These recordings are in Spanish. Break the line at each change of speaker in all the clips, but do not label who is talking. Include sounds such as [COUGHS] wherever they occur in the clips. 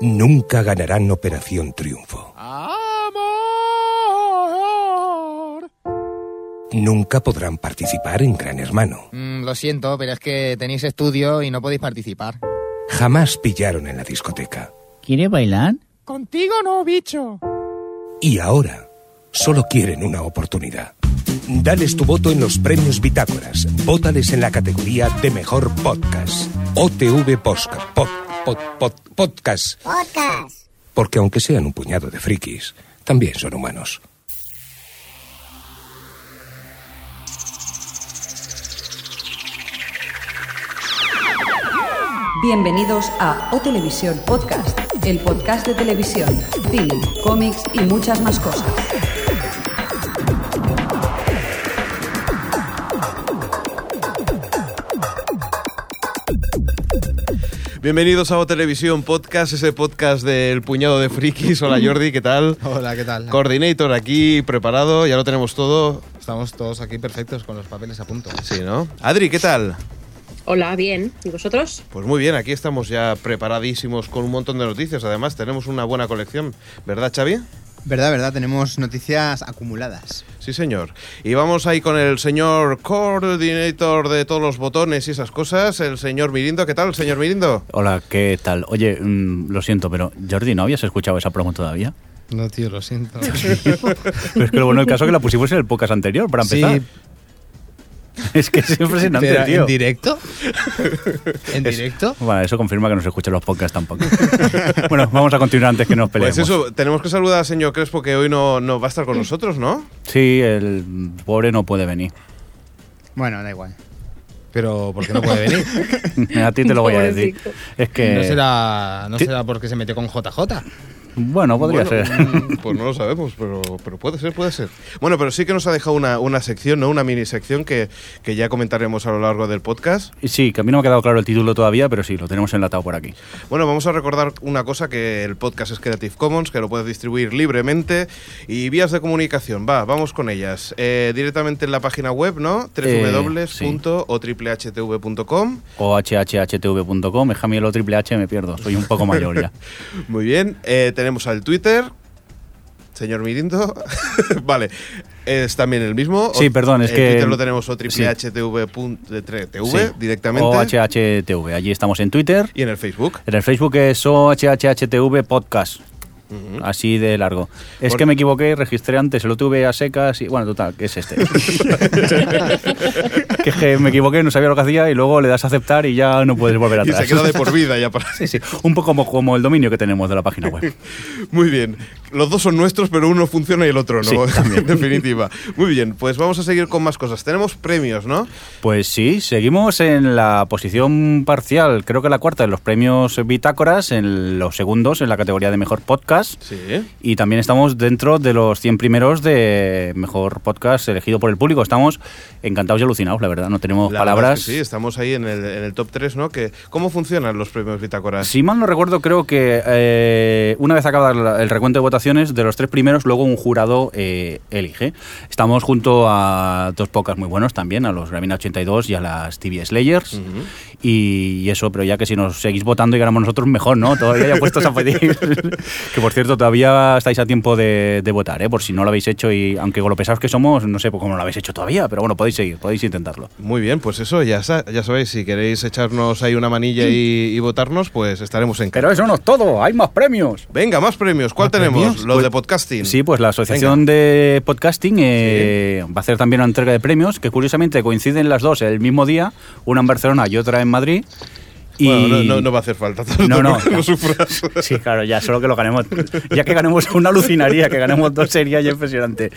nunca ganarán Operación Triunfo.
Amor.
Nunca podrán participar en Gran Hermano.
Mm, lo siento, pero es que tenéis estudio y no podéis participar.
Jamás pillaron en la discoteca.
¿Quiere bailar?
Contigo no, bicho.
Y ahora solo quieren una oportunidad. Dales tu voto en los premios Bitácoras. Vótales en la categoría de mejor podcast. OTV Posca, pod, pod, pod, Podcast.
Podcast.
Porque aunque sean un puñado de frikis, también son humanos.
Bienvenidos a O Televisión Podcast, el podcast de televisión, cine, cómics y muchas más cosas.
Bienvenidos a O Televisión Podcast, ese podcast del puñado de frikis. Hola Jordi, ¿qué tal?
[LAUGHS] Hola, ¿qué tal?
Coordinator aquí, preparado, ya lo tenemos todo.
Estamos todos aquí perfectos con los papeles a punto.
Sí, ¿no? Adri, ¿qué tal?
Hola, bien. ¿Y vosotros?
Pues muy bien, aquí estamos ya preparadísimos con un montón de noticias. Además, tenemos una buena colección, ¿verdad, Xavi?
Verdad, verdad, tenemos noticias acumuladas.
Sí, señor. Y vamos ahí con el señor coordinator de todos los botones y esas cosas, el señor Mirindo. ¿Qué tal, señor Mirindo?
Hola, ¿qué tal? Oye, mm, lo siento, pero Jordi, ¿no habías escuchado esa promo todavía?
No, tío,
[LAUGHS]
lo siento.
Pero es que lo bueno del caso es que la pusimos en el podcast anterior, para empezar. [LAUGHS]
Sí,
Es que es impresionante,
pero
tío.
¿en directo? ¿En
Es-
directo?
Bueno, eso confirma que no se escuchan los podcasts tampoco. [LAUGHS] bueno, vamos a continuar antes que nos peleemos.
Pues eso, tenemos que saludar al señor Crespo que hoy no, no va a estar
Mm.
con nosotros, ¿no?
Sí, el pobre no puede venir. [LAUGHS]
Bueno, da igual.
Pero, ¿por qué no puede
[LAUGHS]
venir?
A ti te lo voy a decir.
Pobrecito.
Es que.
No será, no
ti-
será porque se metió con JJ.
Bueno, podría
Bueno,
ser. [LAUGHS]
mm, Pues no lo sabemos, pero, pero puede ser, puede ser. Bueno, pero sí que nos ha dejado una, una sección, ¿no? Una mini sección que, que ya comentaremos a lo largo del podcast.
Sí, que a mí no me ha quedado claro el título todavía, pero sí, lo tenemos enlatado por aquí.
Bueno, vamos a recordar una cosa, que el podcast es Creative Commons, que lo puedes distribuir libremente. Y vías de comunicación, va, vamos con ellas. Eh, directamente en la página web, ¿no?
Eh, sí.
www.otriplehtv.com
O hhhtv.com, es Jamielo triple H, me pierdo. Soy un poco mayor ya.
Muy bien, eh, tenemos al Twitter. Señor Mirindo, [LAUGHS] vale, es también el mismo.
Sí, perdón, es
El
que-
Twitter lo tenemos o
sí.
triplehv.tv directamente.
O hhhtv. Allí estamos en Twitter.
y en el Facebook.
En el Facebook es OHHHTV Podcast.
Ujú.
Así de largo. Es
Por-
que me equivoqué, registré antes, lo tuve a secas y. Bueno, total, que es
[LAUGHS]
este. que es que me equivoqué, no sabía lo que hacía y luego le das a aceptar y ya no puedes volver
Y
atrás.
se queda de por vida ya para.
[LAUGHS] Sí, sí. Un poco como, como el dominio que tenemos de la página web.
Muy bien. Los dos son nuestros, pero uno funciona y el otro no.
Sí,
en [LAUGHS] definitiva. Muy bien, pues vamos a seguir con más cosas. Tenemos premios, ¿no?
Pues sí, seguimos en la posición parcial, creo que la cuarta de los premios Bitácoras, en los segundos en la categoría de mejor podcast.
Sí.
Y también estamos dentro de los 100 primeros de mejor podcast elegido por el público. Estamos encantados y alucinados, la verdad. No tenemos
La verdad
palabras.
es que sí, estamos ahí en el, en el top 3, ¿no? Que, ¿Cómo funcionan los premios Bitácoras?
Ah. Si mal no recuerdo, creo que eh, una vez acabado la- el recuento de votaciones, de los tres primeros, luego un jurado eh, elige. Estamos junto a dos pocas muy buenos también, a los Gravina 82 y a las TV Slayers. y, y eso, pero ya que si nos seguís votando y ganamos nosotros, mejor, ¿no? [LAUGHS] Todavía ya puestos a pedir. que por cierto, todavía estáis a tiempo de, de votar, ¿eh? Por si no lo habéis hecho y aunque con lo pesados que somos, no sé cómo lo habéis hecho todavía, pero bueno, podéis seguir, podéis intentarlo.
Muy bien, pues eso, ya, sa- ya sabéis, si queréis echarnos ahí una manilla y, y votarnos, pues estaremos en
Pero eso no es todo, hay más premios.
Venga, más premios. ¿Cuál tenemos? Los
Pues-
de podcasting.
Sí, pues la Asociación de Podcasting eh, va a hacer también una entrega de premios que curiosamente coinciden las dos el mismo día, una en Barcelona y otra en Madrid. Y...
Bueno, no, no- no va a hacer falta. [LAUGHS]
No, no.
sufras.
[LAUGHS] Sí, claro, ya, solo que lo ganemos. Ya que ganemos [LAUGHS] una alucinaría, que ganemos dos sería ya impresionante.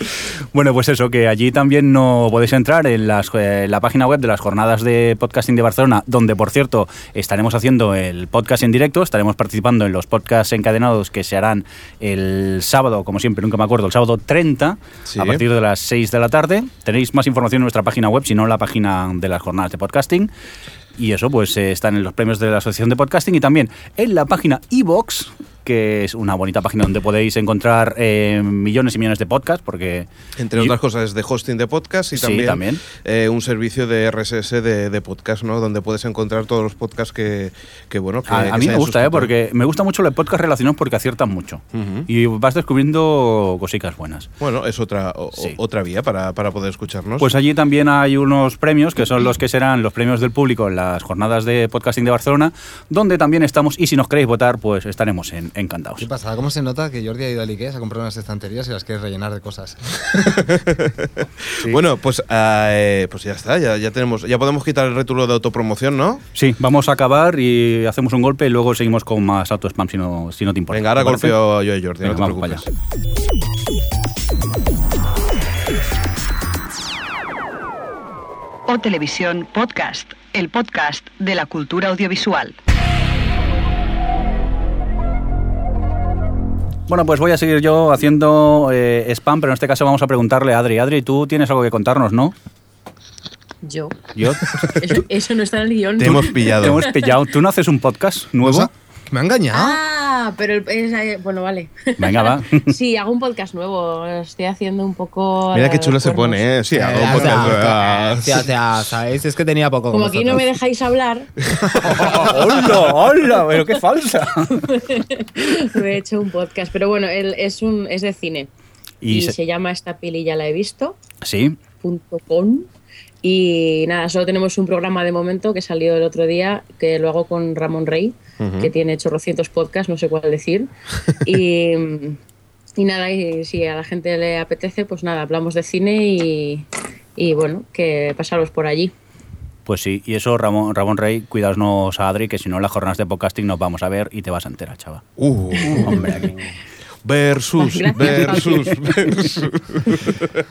Bueno, pues eso, que allí también no podéis entrar en las, eh, la página web de las jornadas de podcasting de Barcelona, donde, por cierto, estaremos haciendo el podcast en directo, estaremos participando en los podcasts encadenados que se harán el sábado, como siempre, nunca me acuerdo, el sábado 30,
Sí.
a partir de las 6 de la tarde. Tenéis más información en nuestra página web, si no en la página de las jornadas de podcasting. Y eso, pues eh, están en los premios de la Asociación de Podcasting y también en la página iVox que es una bonita página donde podéis encontrar eh, millones y millones de podcasts, porque...
Entre
y-
otras cosas, de hosting de podcast y
Sí,
también,
también.
eh, un servicio de RSS de, de podcast, ¿no? Donde puedes encontrar todos los podcasts que, que bueno, que-
A,
que
a
se
mí me
hayan
gusta, ¿eh?
suscrito.
porque me gusta mucho los podcasts relacionados porque aciertan mucho.
Ujú.
Y vas descubriendo cositas buenas.
Bueno, es otra, o-
Sí.
otra vía para, para poder escucharnos.
Pues allí también hay unos premios que son los que serán los premios del público en las jornadas de podcasting de Barcelona, donde también estamos y si nos queréis votar, pues estaremos en, encantados.
¿Qué pasa? ¿Cómo se nota que Jordi ha ido al Ikea, se ha comprado unas estanterías y las quiere rellenar de cosas?
Bueno, pues, ah, eh, pues ya está, ya, ya tenemos, ya podemos quitar el rétulo de autopromoción, ¿no?
Sí, vamos a acabar y hacemos un golpe y luego seguimos con más alto spam si no, si no te importa.
Venga, ahora
¿Te parece?
golpeo yo a Jordi,
Venga,
no te
vamos para
preocupes.
allá.
O Televisión Podcast, el podcast de la cultura audiovisual.
Bueno, pues voy a seguir yo haciendo eh, spam, pero en este caso vamos a preguntarle a Adri. Adri, tú tienes algo que contarnos, ¿no?
[LAUGHS] Yo.
[LAUGHS] Yo.
Eso, eso no está en el guión.
Te hemos pillado.
Te hemos pillado. ¿Tú no haces un podcast nuevo?
Cosa- ¿Me ha engañado?
Ah, pero el- es, eh,
[LAUGHS]
bueno, vale.
Venga, va. [LAUGHS]
Sí, hago un podcast nuevo. Estoy haciendo un poco.
Mira
eh,
qué chulo se
cuernos.
pone, ¿eh? Sí, hago un
Eh,
podcast.
o sea, eh,
Ah,
o sea, o sea, ¿sabéis? Es que tenía poco.
Como aquí no me dejáis hablar, [LAUGHS]
¡Hola! ¡Hola! Pero qué falsa.
me he hecho un podcast. Pero bueno, el- es, un, es de cine.
Y
Y,
se-
se... llama Esta peli ya la he visto.
Sí.
punto com. Y nada, solo tenemos un programa de momento que salió el otro día, que lo hago con Ramón Rey, que tiene chorrocientos podcasts, no sé
[LAUGHS]
cuál decir. y, y nada, y si a la gente le apetece, pues nada, hablamos de cine y, y bueno, que pasaros por allí.
Pues sí, y eso, Ramón, Ramón Rey, cuidaosnos a Adri, que si no, en las jornadas de podcasting nos vamos a ver y te vas a enterar, chava.
uh,
[LAUGHS] Hombre, aquí.
versus,
Gracias,
[LAUGHS]
versus, versus.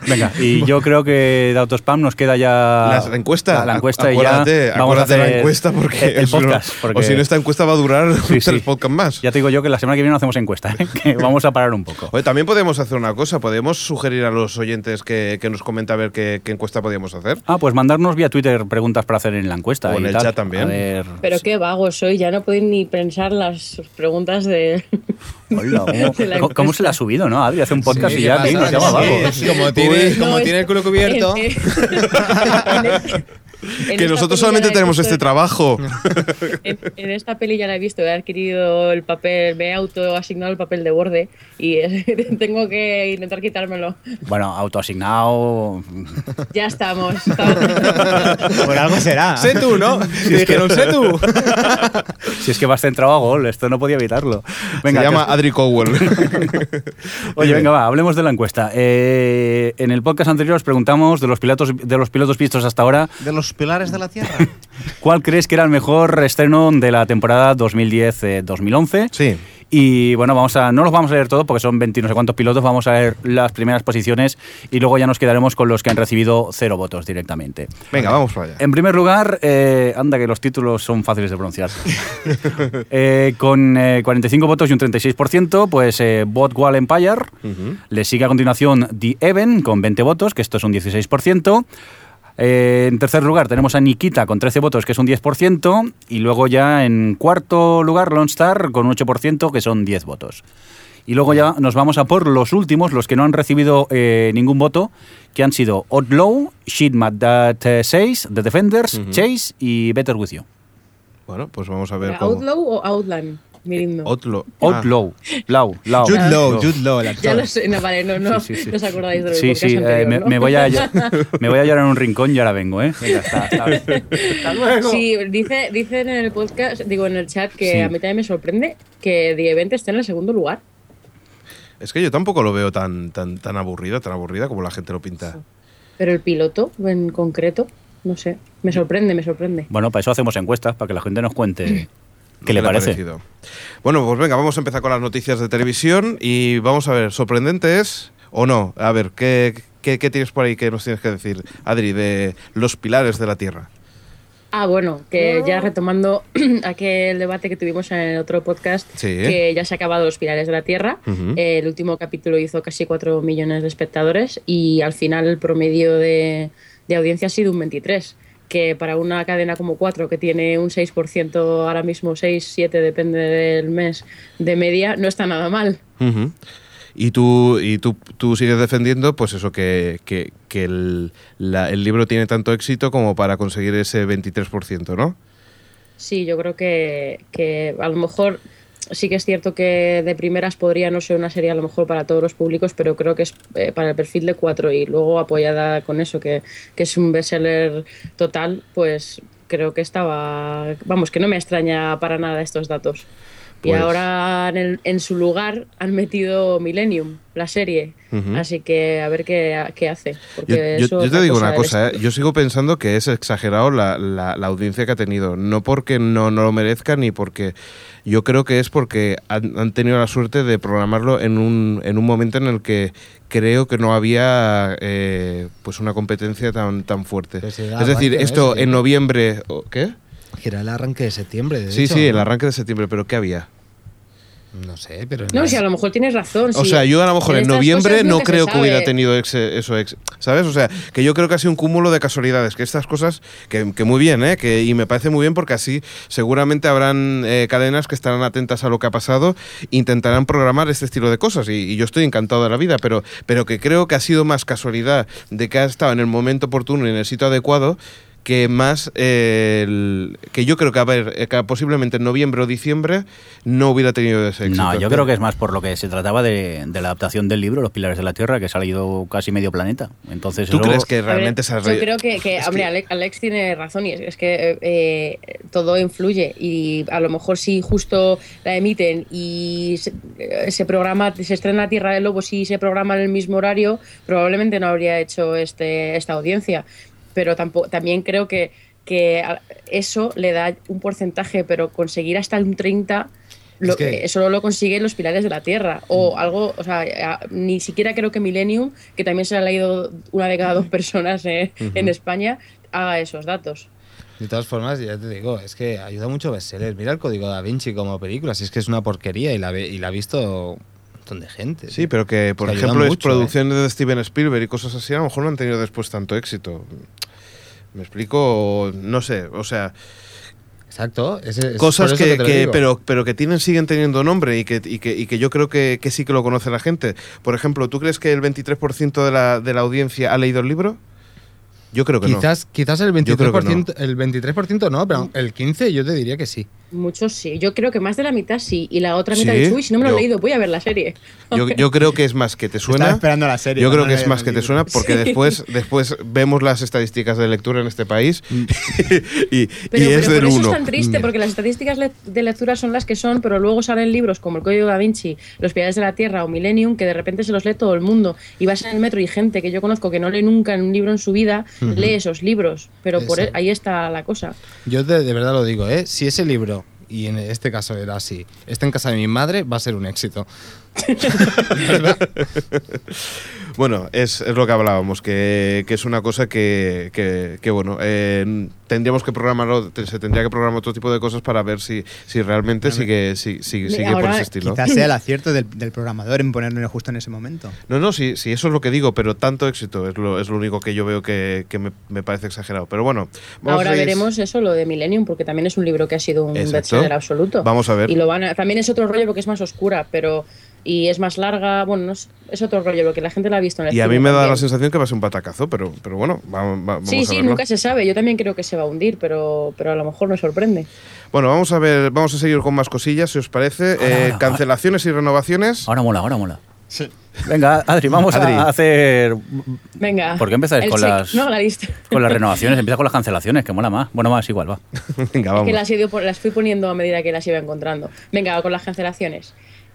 Venga,
[LAUGHS]
y yo creo que de Autospam nos queda ya.
Las- la encuesta.
La, la encuesta y ya.
acuérdate,
Vamos a
acuérdate
hacer
la encuesta porque,
El, el
si no-
podcast. porque-
O si no, esta encuesta va a durar
[LAUGHS] Sí,
[LAUGHS]
sí.
tres podcasts más.
Ya te digo yo que la semana que viene no hacemos encuesta, ¿eh? [LAUGHS] que vamos a parar un poco.
Oye, también podemos hacer una cosa, podemos sugerir a los oyentes que, que nos comenta a ver qué, qué encuesta podíamos hacer.
Ah, pues mandarnos vía Twitter preguntas para hacer en la encuesta.
O en
y
el
tal.
chat también.
A ver.
Pero qué vago soy, ya no podéis ni pensar las preguntas de...
Hola,
[LAUGHS]
¿cómo,
de la
cómo- cómo se la ha subido, no, Adri? Hace un podcast y ya
¿qué
tío,
pasa?
se llama
Sí,
vago.
sí, como tiene, como
[LAUGHS] No,
tiene el culo
en-
cubierto.
[LAUGHS] en- en
que
esta
nosotros
peli ya
solamente
la he
tenemos
visto-
este trabajo.
En, en esta peli ya la he visto, he adquirido el papel, me he autoasignado el papel de borde y [LAUGHS] eh, tengo que intentar quitármelo.
Bueno,
[LAUGHS]
autoasignado.
Ya estamos.
[LAUGHS]
estamos.
Por algo será.
sé tú, ¿no?
Te dijeron, sé tú.
[LAUGHS] Si es que vas centrado a gol, esto no podía evitarlo. Venga,
Se llama
que-
Adri Cowell.
[LAUGHS]
[LAUGHS]
Oye, venga, va, hablemos de la encuesta. Eh, en el podcast anterior os preguntamos de los pilotos, de los pilotos vistos hasta ahora,
De los pilares de la [LAUGHS] tierra.
¿cuál crees que era el mejor estreno de la temporada eh, 2010-2011?
Sí.
Y bueno, vamos a, no los vamos a leer todos porque son 20 no sé cuántos pilotos, vamos a leer las primeras posiciones y luego ya nos quedaremos con los que han recibido cero votos directamente.
Venga, vamos para allá.
En primer lugar, eh, anda que los títulos son fáciles de pronunciar. Eh, con eh, 45 votos y un 36%, pues eh, Bot Wall Empire. Le sigue a continuación The Even con 20 votos, que esto es un 16%. Eh, en tercer lugar tenemos a Nikita con 13 votos, que es un 10%. Y luego ya en cuarto lugar Lone Star con un 8%, que son 10 votos. Y luego ya nos vamos a por los últimos, los que no han recibido eh, ningún voto, que han sido Outlaw, Shit Mad That 6, The Defenders, Chase y Better With You.
Bueno, pues vamos a ver cómo.
¿Outlaw o Outland? Mirindo.
Outlaw. Ah.
Outlaw, Lau, Lau.
Jude Law, Jude Law, el
Ya
actor.
lo sé, no, vale, no, no,
Sí, sí, sí.
no os acordáis de lo
Sí, sí, eh, me, me voy a, me voy a llorar en un rincón y ahora vengo, ¿eh? Venga, hasta, hasta- hasta luego.
Sí, dice, dice en el podcast, digo en el chat, que
Sí.
a mí también me sorprende que The Event esté en el segundo lugar.
Ah, Es que yo tampoco lo veo tan, tan, tan aburrida, tan aburrida como la gente lo pinta.
Pero el piloto, en concreto, no sé. Me sorprende, me sorprende.
Bueno, para eso hacemos encuestas, para que la gente nos cuente
Lo
qué
que
le
ha
parece.
parecido. Bueno, pues venga, vamos a empezar con las noticias de televisión y vamos a ver, ¿sorprendente es o no? A ver, ¿qué, qué, qué tienes por ahí que nos tienes que decir, Adri, de los pilares de la Tierra?
Ah, bueno, que ya retomando [CLEARS THROAT] aquel debate que tuvimos en el otro podcast,
Sí.
que ya se ha acabado Los Pilares de la Tierra.
Ujú.
Eh, el último capítulo hizo casi 4 millones de espectadores y al final el promedio de, de audiencia ha sido un 23, que para una cadena como 4, que tiene un 6%, ahora mismo 6, 7, depende del mes, de media, no está nada mal.
Ujú. Y, tú, y tú, tú sigues defendiendo, pues eso, que, que- que el, la- el libro tiene tanto éxito como para conseguir ese 23%, ¿no?
Sí, yo creo que, que a lo mejor sí que es cierto que de primeras podría no ser una serie a lo mejor para todos los públicos, pero creo que es eh, para el perfil de cuatro y luego apoyada con eso, que, que es un bestseller total, pues creo que estaba, vamos, que no me extraña para nada estos datos. Y
Pues-
ahora en, el- en su lugar han metido Millennium, la serie,
Ujú.
así que a ver qué, qué hace.
Yo,
porque
yo-
eso
yo te
otra
digo una
del
cosa, ¿eh? yo sigo pensando que es exagerado la, la- la audiencia que ha tenido, no porque no, no lo merezca ni porque yo creo que es porque han, han tenido la suerte de programarlo en un, en un momento en el que creo que no había eh, pues una competencia tan, tan fuerte.
Pero si era
es decir,
arranque, ¿no?
esto
Ese
en
tiempo.
noviembre... ¿o ¿Qué?
Que era el arranque de septiembre, de
Sí,
hecho.
sí, el arranque de septiembre, pero ¿qué había?
No sé, pero...
No, si a lo mejor tienes razón.
O
sí.
sea, yo a lo mejor en
estas
noviembre
cosas
no
nunca se
creo que hubiera
sabe.
tenido ese- eso, ex- ¿sabes? O sea, que yo creo que ha sido un cúmulo de casualidades, que estas cosas, que, que muy bien, ¿eh? Que, y me parece muy bien porque así seguramente habrán eh, cadenas que estarán atentas a lo que ha pasado, intentarán programar este estilo de cosas y, y yo estoy encantado de la vida, pero, pero que creo que ha sido más casualidad de que ha estado en el momento oportuno y en el sitio adecuado que más eh, el- que yo creo que, a ver, eh, que posiblemente en noviembre o diciembre no hubiera tenido ese éxito.
No, yo creo que es más por lo que se trataba de, de la adaptación del libro Los Pilares de la Tierra, que se ha leído casi medio planeta. Entonces,
¿Tú
eso-
crees que
A ver,
realmente se ha
Yo
re-
creo que, que,
Es
hombre, Alex, Alex tiene razón y es, es que eh, eh, todo influye y a lo mejor si justo la emiten y se, eh, se programa, se estrena Tierra de Lobos y se programa en el mismo horario, probablemente no habría hecho este, esta audiencia. Pero tampoco, también creo que, que a- eso le da un porcentaje, pero conseguir hasta un 30 lo,
Es que-
eh, solo lo consiguen los pilares de la Tierra. O
Mm.
algo, o sea, eh, a- ni siquiera creo que Millennium, que también se la ha leído una de cada dos personas eh, en España, haga esos datos.
De todas formas, ya te digo, es que ayuda mucho bestseller. Mira el Código Da Vinci como película, si es que es una porquería y la, ve- y la ha visto un montón de gente.
Sí, pero que, por
Que ayuda
ejemplo, es
mucho, ¿eh?
producciones de Steven Spielberg y cosas así, a lo mejor no han tenido después tanto éxito. ¿Me explico? O No sé, o sea,
Exacto. es- es
cosas
por eso
que,
te lo
que-
digo.
pero, pero que tienen, siguen teniendo nombre y que, y que, y que yo creo que, que sí que lo conoce la gente. Por ejemplo, ¿tú crees que el 23% de la, de la audiencia ha leído el libro? Yo creo que
Quizás, quizás el,
Yo creo que
23%, el 23% no, pero el 15% yo te diría que sí.
Muchos sí. Yo creo que más de la mitad sí. Y la otra mitad
Sí,
de uy, si no me lo
yo-
he leído, voy a ver la serie.
no. Yo, yo creo que es más que te
Estaba
suena.
esperando la serie.
Yo creo
no
que
la
es más que
había
te
entendido.
suena porque después, después vemos las estadísticas de lectura en este país
Mm.
[LAUGHS] y, y
Pero,
es del
pero
Mm.
por
1.
eso es tan triste, porque las estadísticas le- de lectura son las que son, pero luego salen libros como El Código da Vinci, Los Pilares de la Tierra o Millennium, que de repente se los lee todo el mundo. Y vas en el metro y gente que yo conozco que no lee nunca un libro en su vida, lee esos libros. Pero por
Exacto.
ahí está la cosa.
Yo de, de verdad lo digo, ¿eh? Si ese libro, y en este caso era así, está en casa de mi madre, va a ser un éxito.
Bueno, es, es lo que hablábamos, que, que es una cosa que, que- que, bueno, eh, tendríamos que programarlo, te- se tendría que programar otro tipo de cosas para ver si, si realmente sigue, si- si-
Mira,
sigue por
ahora
ese estilo.
Quizás sea el acierto del, del programador en ponerlo justo en ese momento.
No, no, sí, sí, eso es lo que digo, pero tanto éxito es lo, es lo único que yo veo que, que me, me parece exagerado. Pero bueno, vamos
Ahora
a ir-
veremos eso, lo de Millennium, porque también es un libro que ha sido un
Exacto.
bestseller absoluto.
Vamos a ver.
Y lo van a- también es otro rollo porque es más oscura, pero y es más larga, bueno, no es, es otro rollo, porque la gente la ha visto en el
Y a
cine
mí me da la
también.
sensación que va a ser un patacazo, pero, pero bueno, vamos, va- vamos
Sí,
a
sí,
verlo.
nunca se sabe. Yo también creo que se va a hundir, pero, pero a lo mejor nos sorprende.
Bueno, vamos a ver, vamos a seguir con más cosillas, si os parece.
Ahora,
Eh,
ahora, ahora.
cancelaciones y renovaciones.
Ahora mola, ahora mola. Venga, Adri, vamos
Adri.
a hacer.
Venga.
¿Por qué empezáis
El
con
check. [LAUGHS]
las-
No, la lista.
[LAUGHS] Con las renovaciones, empieza con las cancelaciones, que mola más. Bueno, más igual, va.
[LAUGHS] Venga,
Es
vamos.
que las, he ido por- las fui poniendo a medida que las iba encontrando. Venga, con las cancelaciones.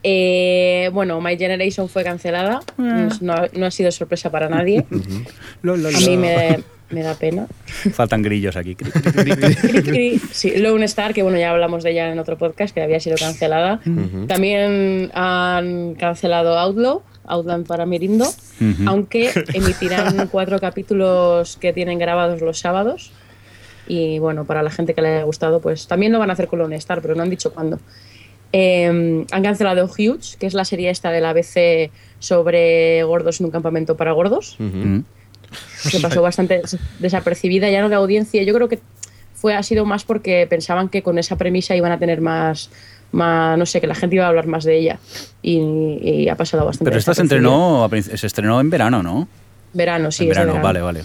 Eh, bueno, My Generation fue cancelada. No, no ha sido sorpresa para nadie. A mí me, me da pena.
Faltan
[LAUGHS]
grillos aquí.
Cri, cri. Sí, Lone Star, que bueno, ya hablamos de ella en otro podcast, que había sido cancelada. También han cancelado Outlaw, Outland para Mirindo, aunque emitirán cuatro capítulos que tienen grabados los sábados. Y bueno, para la gente que le haya gustado, pues también lo van a hacer con Lone Star, pero no han dicho cuándo. Eh, han cancelado Huge, que es la serie esta de la ABC sobre gordos en un campamento para gordos.
Ujú.
Mm.
que pasó bastante des- desapercibida ya no de audiencia. Yo creo que fue ha sido más porque pensaban que con esa premisa iban a tener más, más no sé, que la gente iba a hablar más de ella y, y ha pasado bastante.
Pero esta se
desapercibida.
entrenó, a princ- se estrenó en verano, ¿no?
Verano, sí.
en
es de
verano, vale, vale.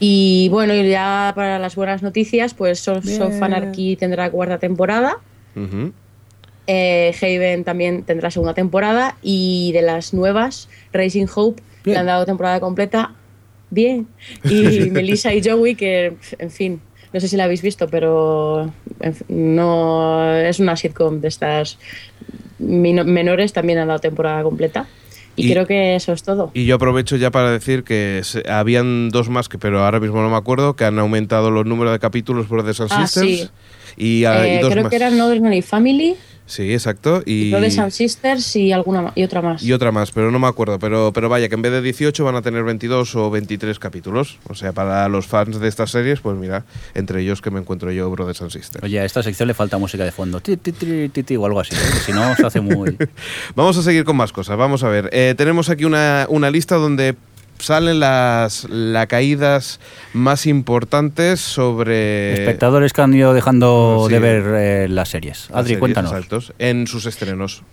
Y bueno, y ya para las buenas noticias, pues Sons of Anarchy tendrá cuarta temporada.
Ujú.
Eh, Haven también tendrá segunda temporada y de las nuevas, Racing Hope
Bien.
le han dado temporada completa. Bien. Y Melissa y Joey, que, en fin, no sé si la habéis visto, pero en fin, no es una sitcom de estas mino- menores, también han dado temporada completa. Y,
Y-
creo que eso es todo.
Y yo aprovecho ya para decir que se- habían dos más, que, pero ahora mismo no me acuerdo, que han aumentado los números de capítulos por The Sun
Ah,
Sisters.
sí.
Y, ah, y
Eh,
dos
creo
más.
que eran No Ordinary Family,
Sí, exacto. Y,
No de Sun Sisters y alguna ma- y otra más.
y otra más, pero no me acuerdo. Pero, pero vaya, que en vez de 18 van a tener 22 o 23 capítulos. O sea, para los fans de estas series, pues mira, entre ellos que me encuentro yo, Brothers and Sisters.
Oye, a esta sección le falta música de fondo. Ti, ti, tri, ti, ti, o algo así. ¿eh? Que Si no, se hace
[LAUGHS]
muy.
Vamos a seguir con más cosas. Vamos a ver. Eh, tenemos aquí una, una lista donde salen las la caídas más importantes sobre
Espectadores que han ido dejando
Eh, Sí.
de ver eh, las series.
las
Adri,
series,
cuéntanos.
exactos, en sus estrenos.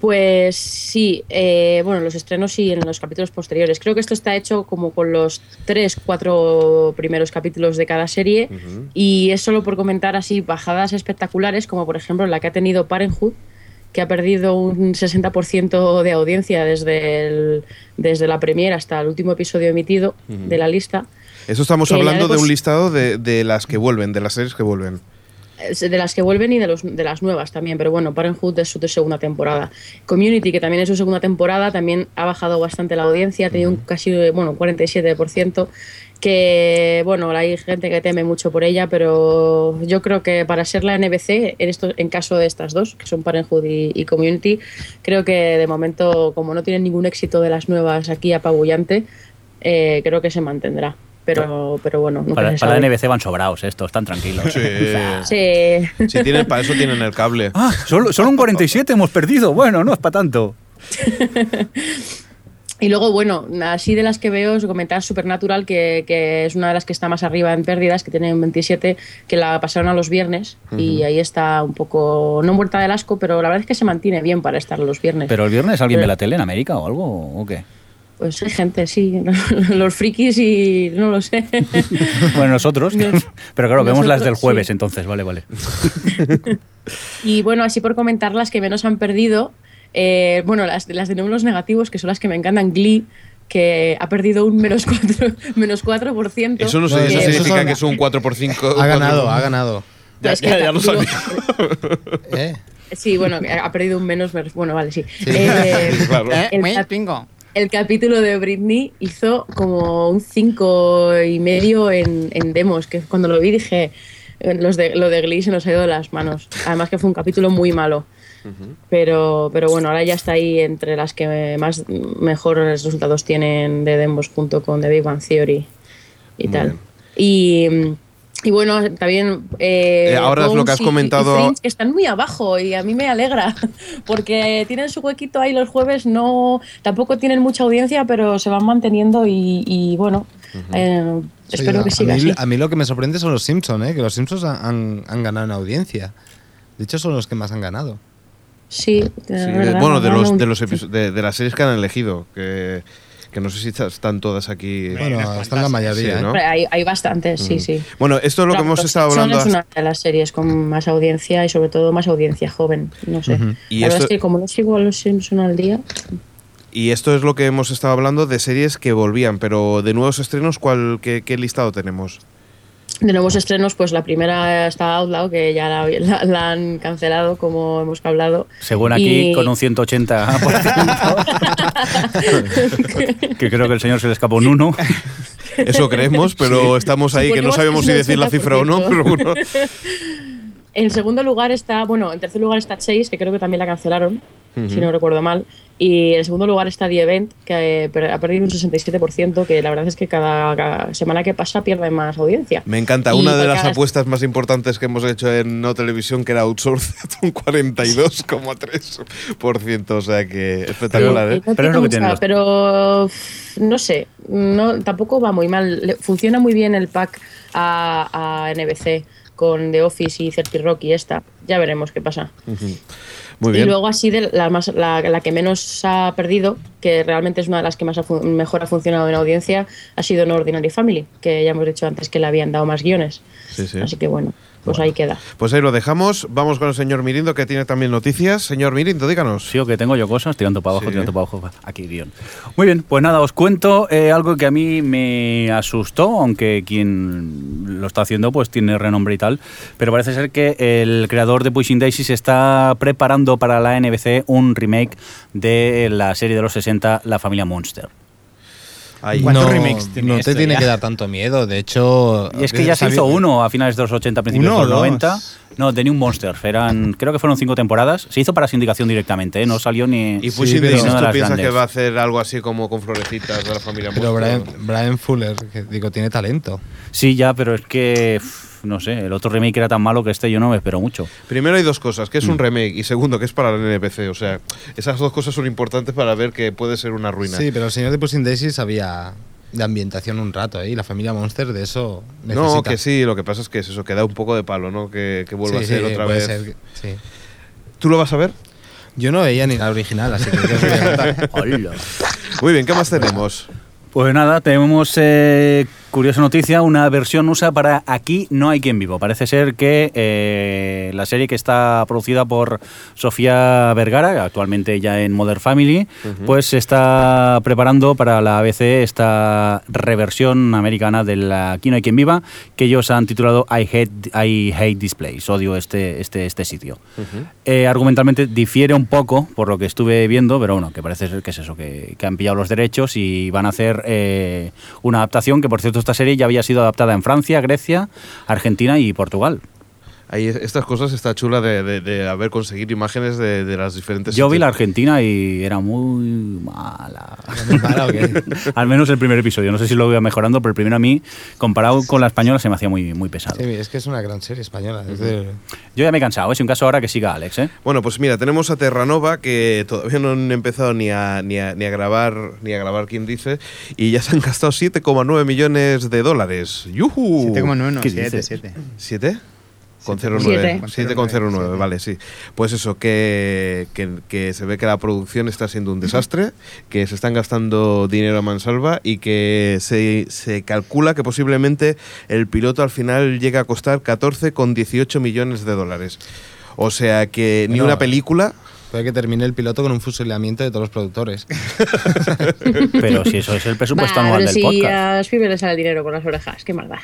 Pues sí, eh, bueno, los estrenos y en los capítulos posteriores. Creo que esto está hecho como con los tres, cuatro primeros capítulos de cada serie
Ujú.
y es solo por comentar así bajadas espectaculares, como por ejemplo la que ha tenido Parenthood, que ha perdido un 60% de audiencia desde, el- desde la premiere hasta el último episodio emitido de la lista.
Eso estamos
Que ya
hablando de
después-
un listado de, de las que vuelven, de las series que vuelven.
Es de las que vuelven y de, los, de las nuevas también, pero bueno, Parenthood es su segunda temporada. Community, que también es su segunda temporada, también ha bajado bastante la audiencia, ha tenido un casi, bueno, un 47%, que bueno, hay gente que teme mucho por ella, pero yo creo que para ser la NBC, en, esto, en caso de estas dos, que son Parenthood y, y Community, creo que de momento, como no tienen ningún éxito de las nuevas aquí apabullante, eh, creo que se mantendrá. Pero, pero bueno, nunca
Para,
se
para la
sabe.
NBC van sobrados estos, están tranquilos.
Sí.
Sí, tienen, para eso tienen el cable.
Ah, solo, solo un 47 hemos perdido. Bueno, no es para tanto.
Y luego, bueno, así de las que veo, os comentaba Supernatural, que, que es una de las que está más arriba en pérdidas, que tiene un 27, que la pasaron a los viernes y ahí está un poco, no muerta del asco, pero la verdad es que se mantiene bien para estar los viernes.
Pero el viernes alguien ve la tele en América o algo, ¿o qué?
Pues hay gente, sí, [LAUGHS] los frikis y no lo sé.
Bueno, nosotros. que- [LAUGHS] Pero claro, vemos las
Nosotros,
del jueves,
sí.
entonces, vale, vale.
Y bueno, así por comentar las que menos han perdido, eh, bueno, las, las de números negativos, que son las que me encantan, Glee, que ha perdido un menos 4%. [LAUGHS] menos 4%
Eso no, sé,
No, eso
eso
que-
significa
son-
que es un 4x5.
Ha ganado, ha ganado.
Ya-
Es que
ya- ya lo
digo-
sabía.
¿Eh?
Sí, bueno, que ha perdido un menos, pero- bueno, vale, sí.
Sí.
Eh,
Claro.
¿Eh?
El
Muy
cat-
pingo.
el capítulo de Britney hizo como un cinco y medio en, en demos, que cuando lo vi dije, eh, los de, lo de Glee se nos ha ido de las manos. Además que fue un capítulo muy malo. Pero, pero bueno, ahora ya está ahí entre las que más mejores resultados tienen de demos junto con The Big Bang Theory y
Muy
tal.
bien.
Y, y bueno, también... eh,
Eh, ahora es lo
Bones
que has
y- y
comentado-
Fringe, que están muy abajo y a mí me alegra [LAUGHS] porque tienen su huequito ahí los jueves, no tampoco tienen mucha audiencia, pero se van manteniendo y, y bueno, eh, espero
Oye,
que
a
siga
mí-
así.
A mí lo que me sorprende son los Simpsons, ¿eh? que los Simpsons han, han- han ganado en audiencia. De hecho, son los que más han ganado.
Sí, de
Sí,
verdad,
bueno, de
me
los,
dan
de,
un-
los episo- de, de las series que han elegido, que, que no sé si estas- están todas aquí.
Bueno, están la mayoría, ¿eh?
Sí, ¿no?
¿no?
Hay, hay bastantes, sí, sí.
Bueno, esto es lo que
Claro,
hemos
los
estado
Simpson
hablando.
Es una de las series con más audiencia y sobre todo más audiencia joven, no sé.
Y
La verdad
esto-
es que como no sigo a los Simpson al día,
Y esto es lo que hemos estado hablando de series que volvían, pero de nuevos estrenos, ¿cuál, qué, qué listado tenemos?
de nuevos estrenos, pues la primera está Outlaw, que ya la, la- la han cancelado, como hemos hablado.
Según aquí,
Y-
con un 180%.
[LAUGHS]
que creo que el señor se le escapó un 1.
Eso
[LAUGHS]
creemos, pero estamos ahí, que no
Suponemos
sabemos
que
si
es un
decir la cifra o no,
80%.
pero bueno.
En segundo lugar está, bueno, en tercer lugar está Chase, que creo que también la cancelaron, si no recuerdo mal. Y en segundo lugar está The Event, que eh, per- ha perdido un 67%, que la verdad es que cada, cada semana que pasa pierde más audiencia.
Me encanta.
Y
Una de
por
las
cada-
apuestas más importantes que hemos hecho en No Televisión, que era Outsourced, [LAUGHS] un 42,3%. O sea que espectacular,
Eh,
¿eh?
eh, no
Pero es lo que
mucha-
tienen los-
pero, pff, no sé, no, tampoco va muy mal. Le- Funciona muy bien el pack a, a NBC con The Office y 30 Rock y esta. Ya veremos qué pasa.
Muy
eh, Y
bien.
luego así de la, más, la, la que menos ha perdido, que realmente es una de las que más ha fun- mejor ha funcionado en audiencia, ha sido No Ordinary Family, que ya hemos dicho antes que le habían dado más guiones.
Sí, sí.
Así que bueno, pues
Bueno.
ahí queda.
Pues ahí lo dejamos. Vamos con el señor Mirindo, que tiene también noticias. Señor Mirindo, díganos.
Sí, o que tengo yo cosas, tirando para abajo,
Sí.
tirando para abajo. Aquí, guión. Muy bien, pues nada, os cuento eh, algo que a mí me asustó, aunque quien lo está haciendo pues tiene renombre y tal. Pero parece ser que el creador de Pushing Daisies está preparando para la NBC un remake de la serie de los 60, La familia Monster.
Ahí.
¿Cuántos remakes tiene
no te
esto
tiene
ya?
que dar tanto miedo. De hecho.
Y es que ya se
sabi-
hizo uno a finales de los 80, principios
Uno
de los
o dos.
90. No, de New Monster. Eran, creo que fueron cinco temporadas. Se hizo para sindicación directamente, ¿eh? no salió ni.
Y Pushing
ni
Daisies,
una de
¿tú
las
piensas
grandes.
que va a hacer algo así como con florecitas de la familia
Pero
Monster?
Brian, Brian Fuller, que digo, tiene talento.
Sí, ya, pero es que. uf, No sé, el otro remake era tan malo que este yo no me espero mucho.
Primero hay dos cosas, que es
Mm.
un remake y segundo que es para el NPC. O sea, esas dos cosas son importantes para ver que puede ser una ruina.
Sí, pero el señor de Pushing Daisies sabía de ambientación un rato, ¿eh? Y la familia Monster de eso necesita.
No, que sí, lo que pasa es que es eso, que da un poco de palo, ¿no? Que, que vuelva
Sí,
a ser
sí,
otra
puede
vez.
ser que- sí.
¿Tú lo vas a ver?
Yo no veía ni la original, así que yo os voy a
[LAUGHS]
contar.
Hola.
Muy bien, ¿qué más tenemos?
Pues nada, tenemos eh, curiosa noticia, una versión USA para Aquí no hay quien vivo. Parece ser que eh, la serie que está producida por Sofía Vergara, actualmente ya en Mother Family, pues se está preparando para la ABC esta reversión americana de la Aquí no hay quien viva, que ellos han titulado I hate, I hate this place, odio este, este, este sitio. Eh, argumentalmente difiere un poco por lo que estuve viendo, pero bueno, que parece ser que es eso, que, que han pillado los derechos y van a hacer eh, una adaptación, que por cierto esta serie ya había sido adaptada en Francia, Grecia, Argentina y Portugal.
Ahí, estas cosas está chula de, de- de haber conseguido imágenes de, de las diferentes.
Yo vi la Argentina y era muy mala.
¿Muy mala o qué?
[LAUGHS] Al menos el primer episodio, no sé si lo iba mejorando, pero el primero a mí, comparado con la española, se me hacía muy, muy pesado.
Sí, es que es una gran serie española. es de-
Yo ya me he cansado, es un caso ahora que siga Alex, ¿eh?
Bueno, pues mira, tenemos a Terranova que todavía no han empezado ni a, ni a, ni a grabar, ni a grabar quién dice, y ya se han gastado 7,9 millones de dólares. ¡Yujú!
7,9, no,
¿Qué
7,
dices?
7.
¿Siete? Con
Siete.
09.
Siete.
7,09,
Siete.
vale, sí. Pues eso, que, que, que se ve que la producción está siendo un desastre, que se están gastando dinero a mansalva y que se, se calcula que posiblemente el piloto al final llega a costar 14,18 millones de dólares. O sea que ni
Bueno,
una película.
Puede que termine el piloto con un fusilamiento de todos los productores.
Pero si eso es el presupuesto
Bah,
anual
pero
del
si
podcast.
a Spielberg le sale el dinero por las orejas, qué maldad.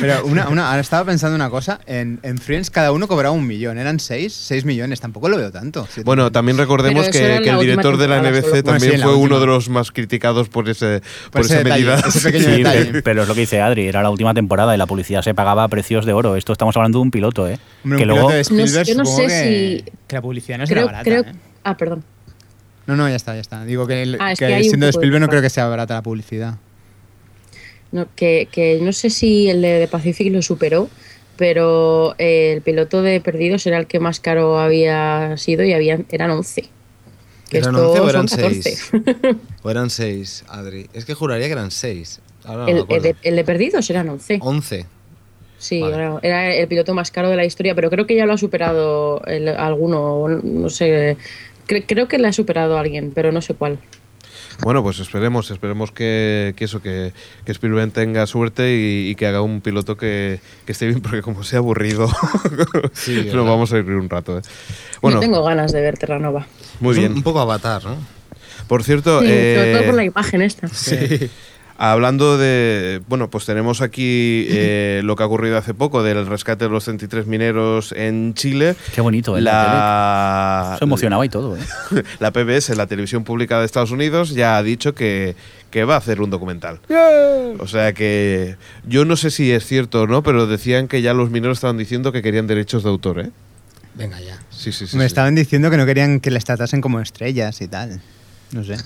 Pero una, una, ahora estaba pensando una cosa. En, en Friends cada uno cobraba un millón. Eran seis, seis millones. Tampoco lo veo tanto. Siete
Bueno, también recordemos
Pero eso
que,
era
que
la
el
última
director de la
temporada
NBC
solo.
Bueno, sí,
también
en la
fue uno
última.
de los más criticados por, ese, por,
Por ese
esa
detalle,
medida. [LAUGHS]
ese pequeño
Sí,
detalle.
pe- pero es lo que dice Adri, era la última temporada y la publicidad se pagaba a precios de oro. Esto estamos hablando de un piloto, ¿eh?
Hombre,
que
un
luego
piloto de Spielberg,
yo no sé
supongo que,
si-
que la publicidad no será
Creo,
barata.
creo,
¿eh?
ah, perdón.
No, no, ya está, ya está. Digo que, el-
Ah, es
que
que hay un
siendo de
poco de
Spielberg no
disparate.
creo que sea barata la publicidad.
No, que, que no sé si el de Pacific lo superó, pero eh, el piloto de Perdidos era el que más caro había sido y habían, eran 11. Que
¿Eran
esto
11 o
son
eran
14.
6?
[LAUGHS]
o eran 6, Adri. Es que juraría que eran 6.
Ah,
Ahora no me
El, el
acuerdo.
de, el de Perdidos eran 11.
11.
Sí,
Vale.
era, era el piloto más caro de la historia, pero creo que ya lo ha superado el- alguno, no sé. Cre- creo que le ha superado a alguien, pero no sé cuál.
Bueno, pues esperemos, esperemos que, que eso, que, que Spielberg tenga suerte y, y que haga un piloto que, que esté bien, porque como sea aburrido, [LAUGHS]
Sí,
nos
¿verdad?
vamos a ir un rato. ¿eh? Bueno,
no tengo ganas de ver Terranova.
muy
Es un- Un
bien.
poco avatar, ¿no?
Por cierto,
Sí, sobre
eh,
todo
[LAUGHS]
por la imagen esta.
hablando de, bueno, pues tenemos aquí eh,
[LAUGHS]
lo que ha ocurrido hace poco del rescate de los 33 mineros en Chile.
Qué bonito, ¿eh?
La-
se emocionaba y todo, ¿eh?
[LAUGHS] La PBS, la televisión pública de Estados Unidos, ya ha dicho que, que va a hacer un documental. O sea que yo no sé si es cierto o no, pero decían que ya los mineros estaban diciendo que querían derechos de autor, ¿eh?
Venga ya.
Sí, sí, sí.
Me
sí.
estaban diciendo que no querían que les tratasen como estrellas y tal. No sé.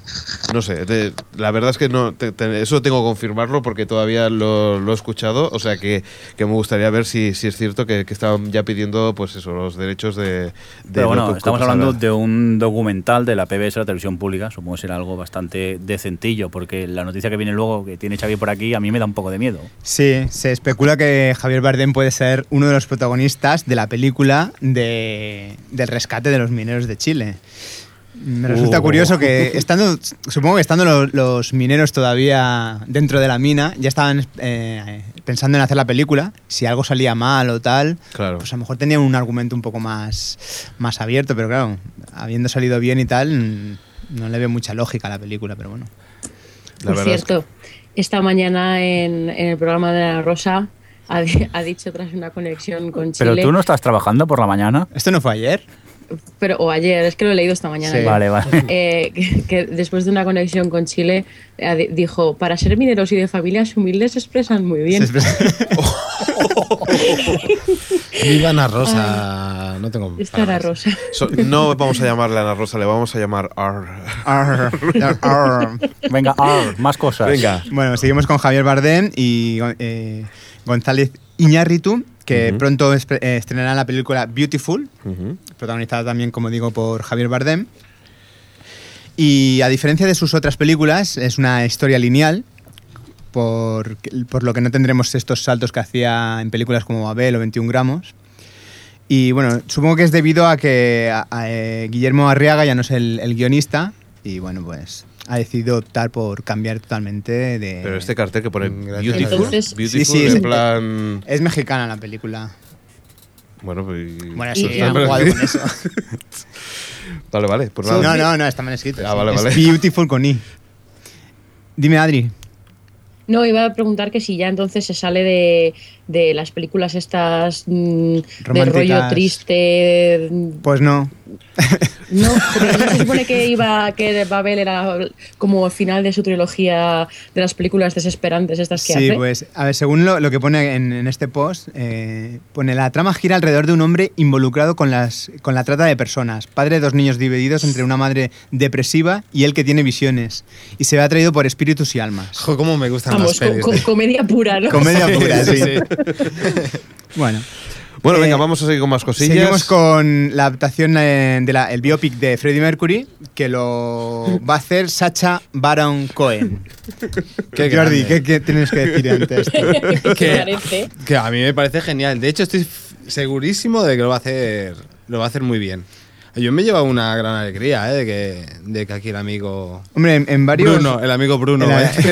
No sé, te- la verdad es que no, te- te- eso tengo que confirmarlo porque todavía lo, lo he escuchado, o sea que, que me gustaría ver si, si es cierto que, que estaban ya pidiendo pues eso, los derechos de... de
Pero
lo
bueno,
que
estamos
pasara.
hablando de un documental de la PBS, la televisión pública. Supongo que será algo bastante decentillo, porque la noticia que viene luego, que tiene Xavi por aquí, a mí me da un poco de miedo.
Sí, se especula que Javier Bardem puede ser uno de los protagonistas de la película de, del rescate de los mineros de Chile. Me resulta
Oh.
curioso que, estando, supongo que estando lo- los mineros todavía dentro de la mina, ya estaban eh, pensando en hacer la película. Si algo salía mal o tal,
Claro.
pues a lo mejor tenían un argumento un poco más, más abierto, pero claro, habiendo salido bien y tal, mm, no le veo mucha lógica a la película, pero bueno.
La
Por
verdad es
cierto, esta mañana en, en el programa de la Rosa ha, di- ha dicho tras una conexión con Chile,
Pero tú no estás trabajando por la mañana.
¿Esto no fue ayer?
pero- o ayer, es que lo he leído esta mañana.
Sí.
ya. [LAUGHS]
Vale, [LAUGHS] vale.
Eh, que, que después de una conexión con Chile eh, di- dijo, para ser mineros y de familias humildes se expresan muy bien.
Viva Ana Rosa. No tengo.
Ah. Esta era
palabras.
Rosa. [LAUGHS]
So- no vamos a llamarle a Ana Rosa, le vamos a llamar R.
[LAUGHS] Arr, arr, arr.
Venga, ar, más cosas.
Venga.
Bueno, seguimos con Javier Bardem y eh, González Iñárritu, que pronto espre- eh, estrenará la película Beautiful,
Ujú.
protagonizada también, como digo, por Javier Bardem. Y a diferencia de sus otras películas, es una historia lineal, por, por lo que no tendremos estos saltos que hacía en películas como Babel o 21 gramos. Y bueno, supongo que es debido a que a- a, eh, Guillermo Arriaga ya no es el, el guionista y bueno, pues ha decidido optar por cambiar totalmente de...
Pero este cartel que pone
Gracias.
Beautiful,
Entonces-
Beautiful
Sí, sí,
en
es-
plan...
Es mexicana la película.
Bueno, pues...
Bueno,
Y-
eso,
y
han
han
jugado con eso.
[LAUGHS] Vale, vale, pues nada.
No, no, no, está mal escrito.
Ah,
sí.
vale,
Es
vale.
Beautiful con I. Dime, Adri.
No, iba a preguntar que si ya entonces se sale de, de las películas estas mm, de
Románticas.
rollo triste. mm,
Pues no.
No, porque no se supone que iba que Babel era como el final de su trilogía de las películas desesperantes estas que
Sí,
hace.
pues, a ver, según lo, lo que pone en, en este post, eh, pone la trama gira alrededor de un hombre involucrado con, las, con la trata de personas, padre de dos niños divididos entre una madre depresiva y él que tiene visiones, y se ve atraído por espíritus y almas.
Jo, cómo me gustan las
Vamos,
pelis.
co- co-
de-
comedia pura, ¿no? [LAUGHS]
[LAUGHS] Comedia pura,
[LAUGHS]
sí.
Sí, sí.
Bueno,
Bueno, venga,
Eh,
vamos a seguir con más cosillas.
seguimos con la adaptación eh, del el biopic de Freddie Mercury, que lo va a hacer Sacha Baron Cohen.
Qué
Jordi,
grande.
¿qué, qué tienes que decir ante esto?
¿Qué
Que-
parece?
Que a mí me parece genial. De hecho, estoy f- segurísimo de que lo va a hacer, lo va a hacer muy bien. Yo me he llevado una gran alegría, ¿eh? De que, de que aquí el amigo
Hombre, en, en varios...
Bruno, el amigo Bruno
El-
¿eh?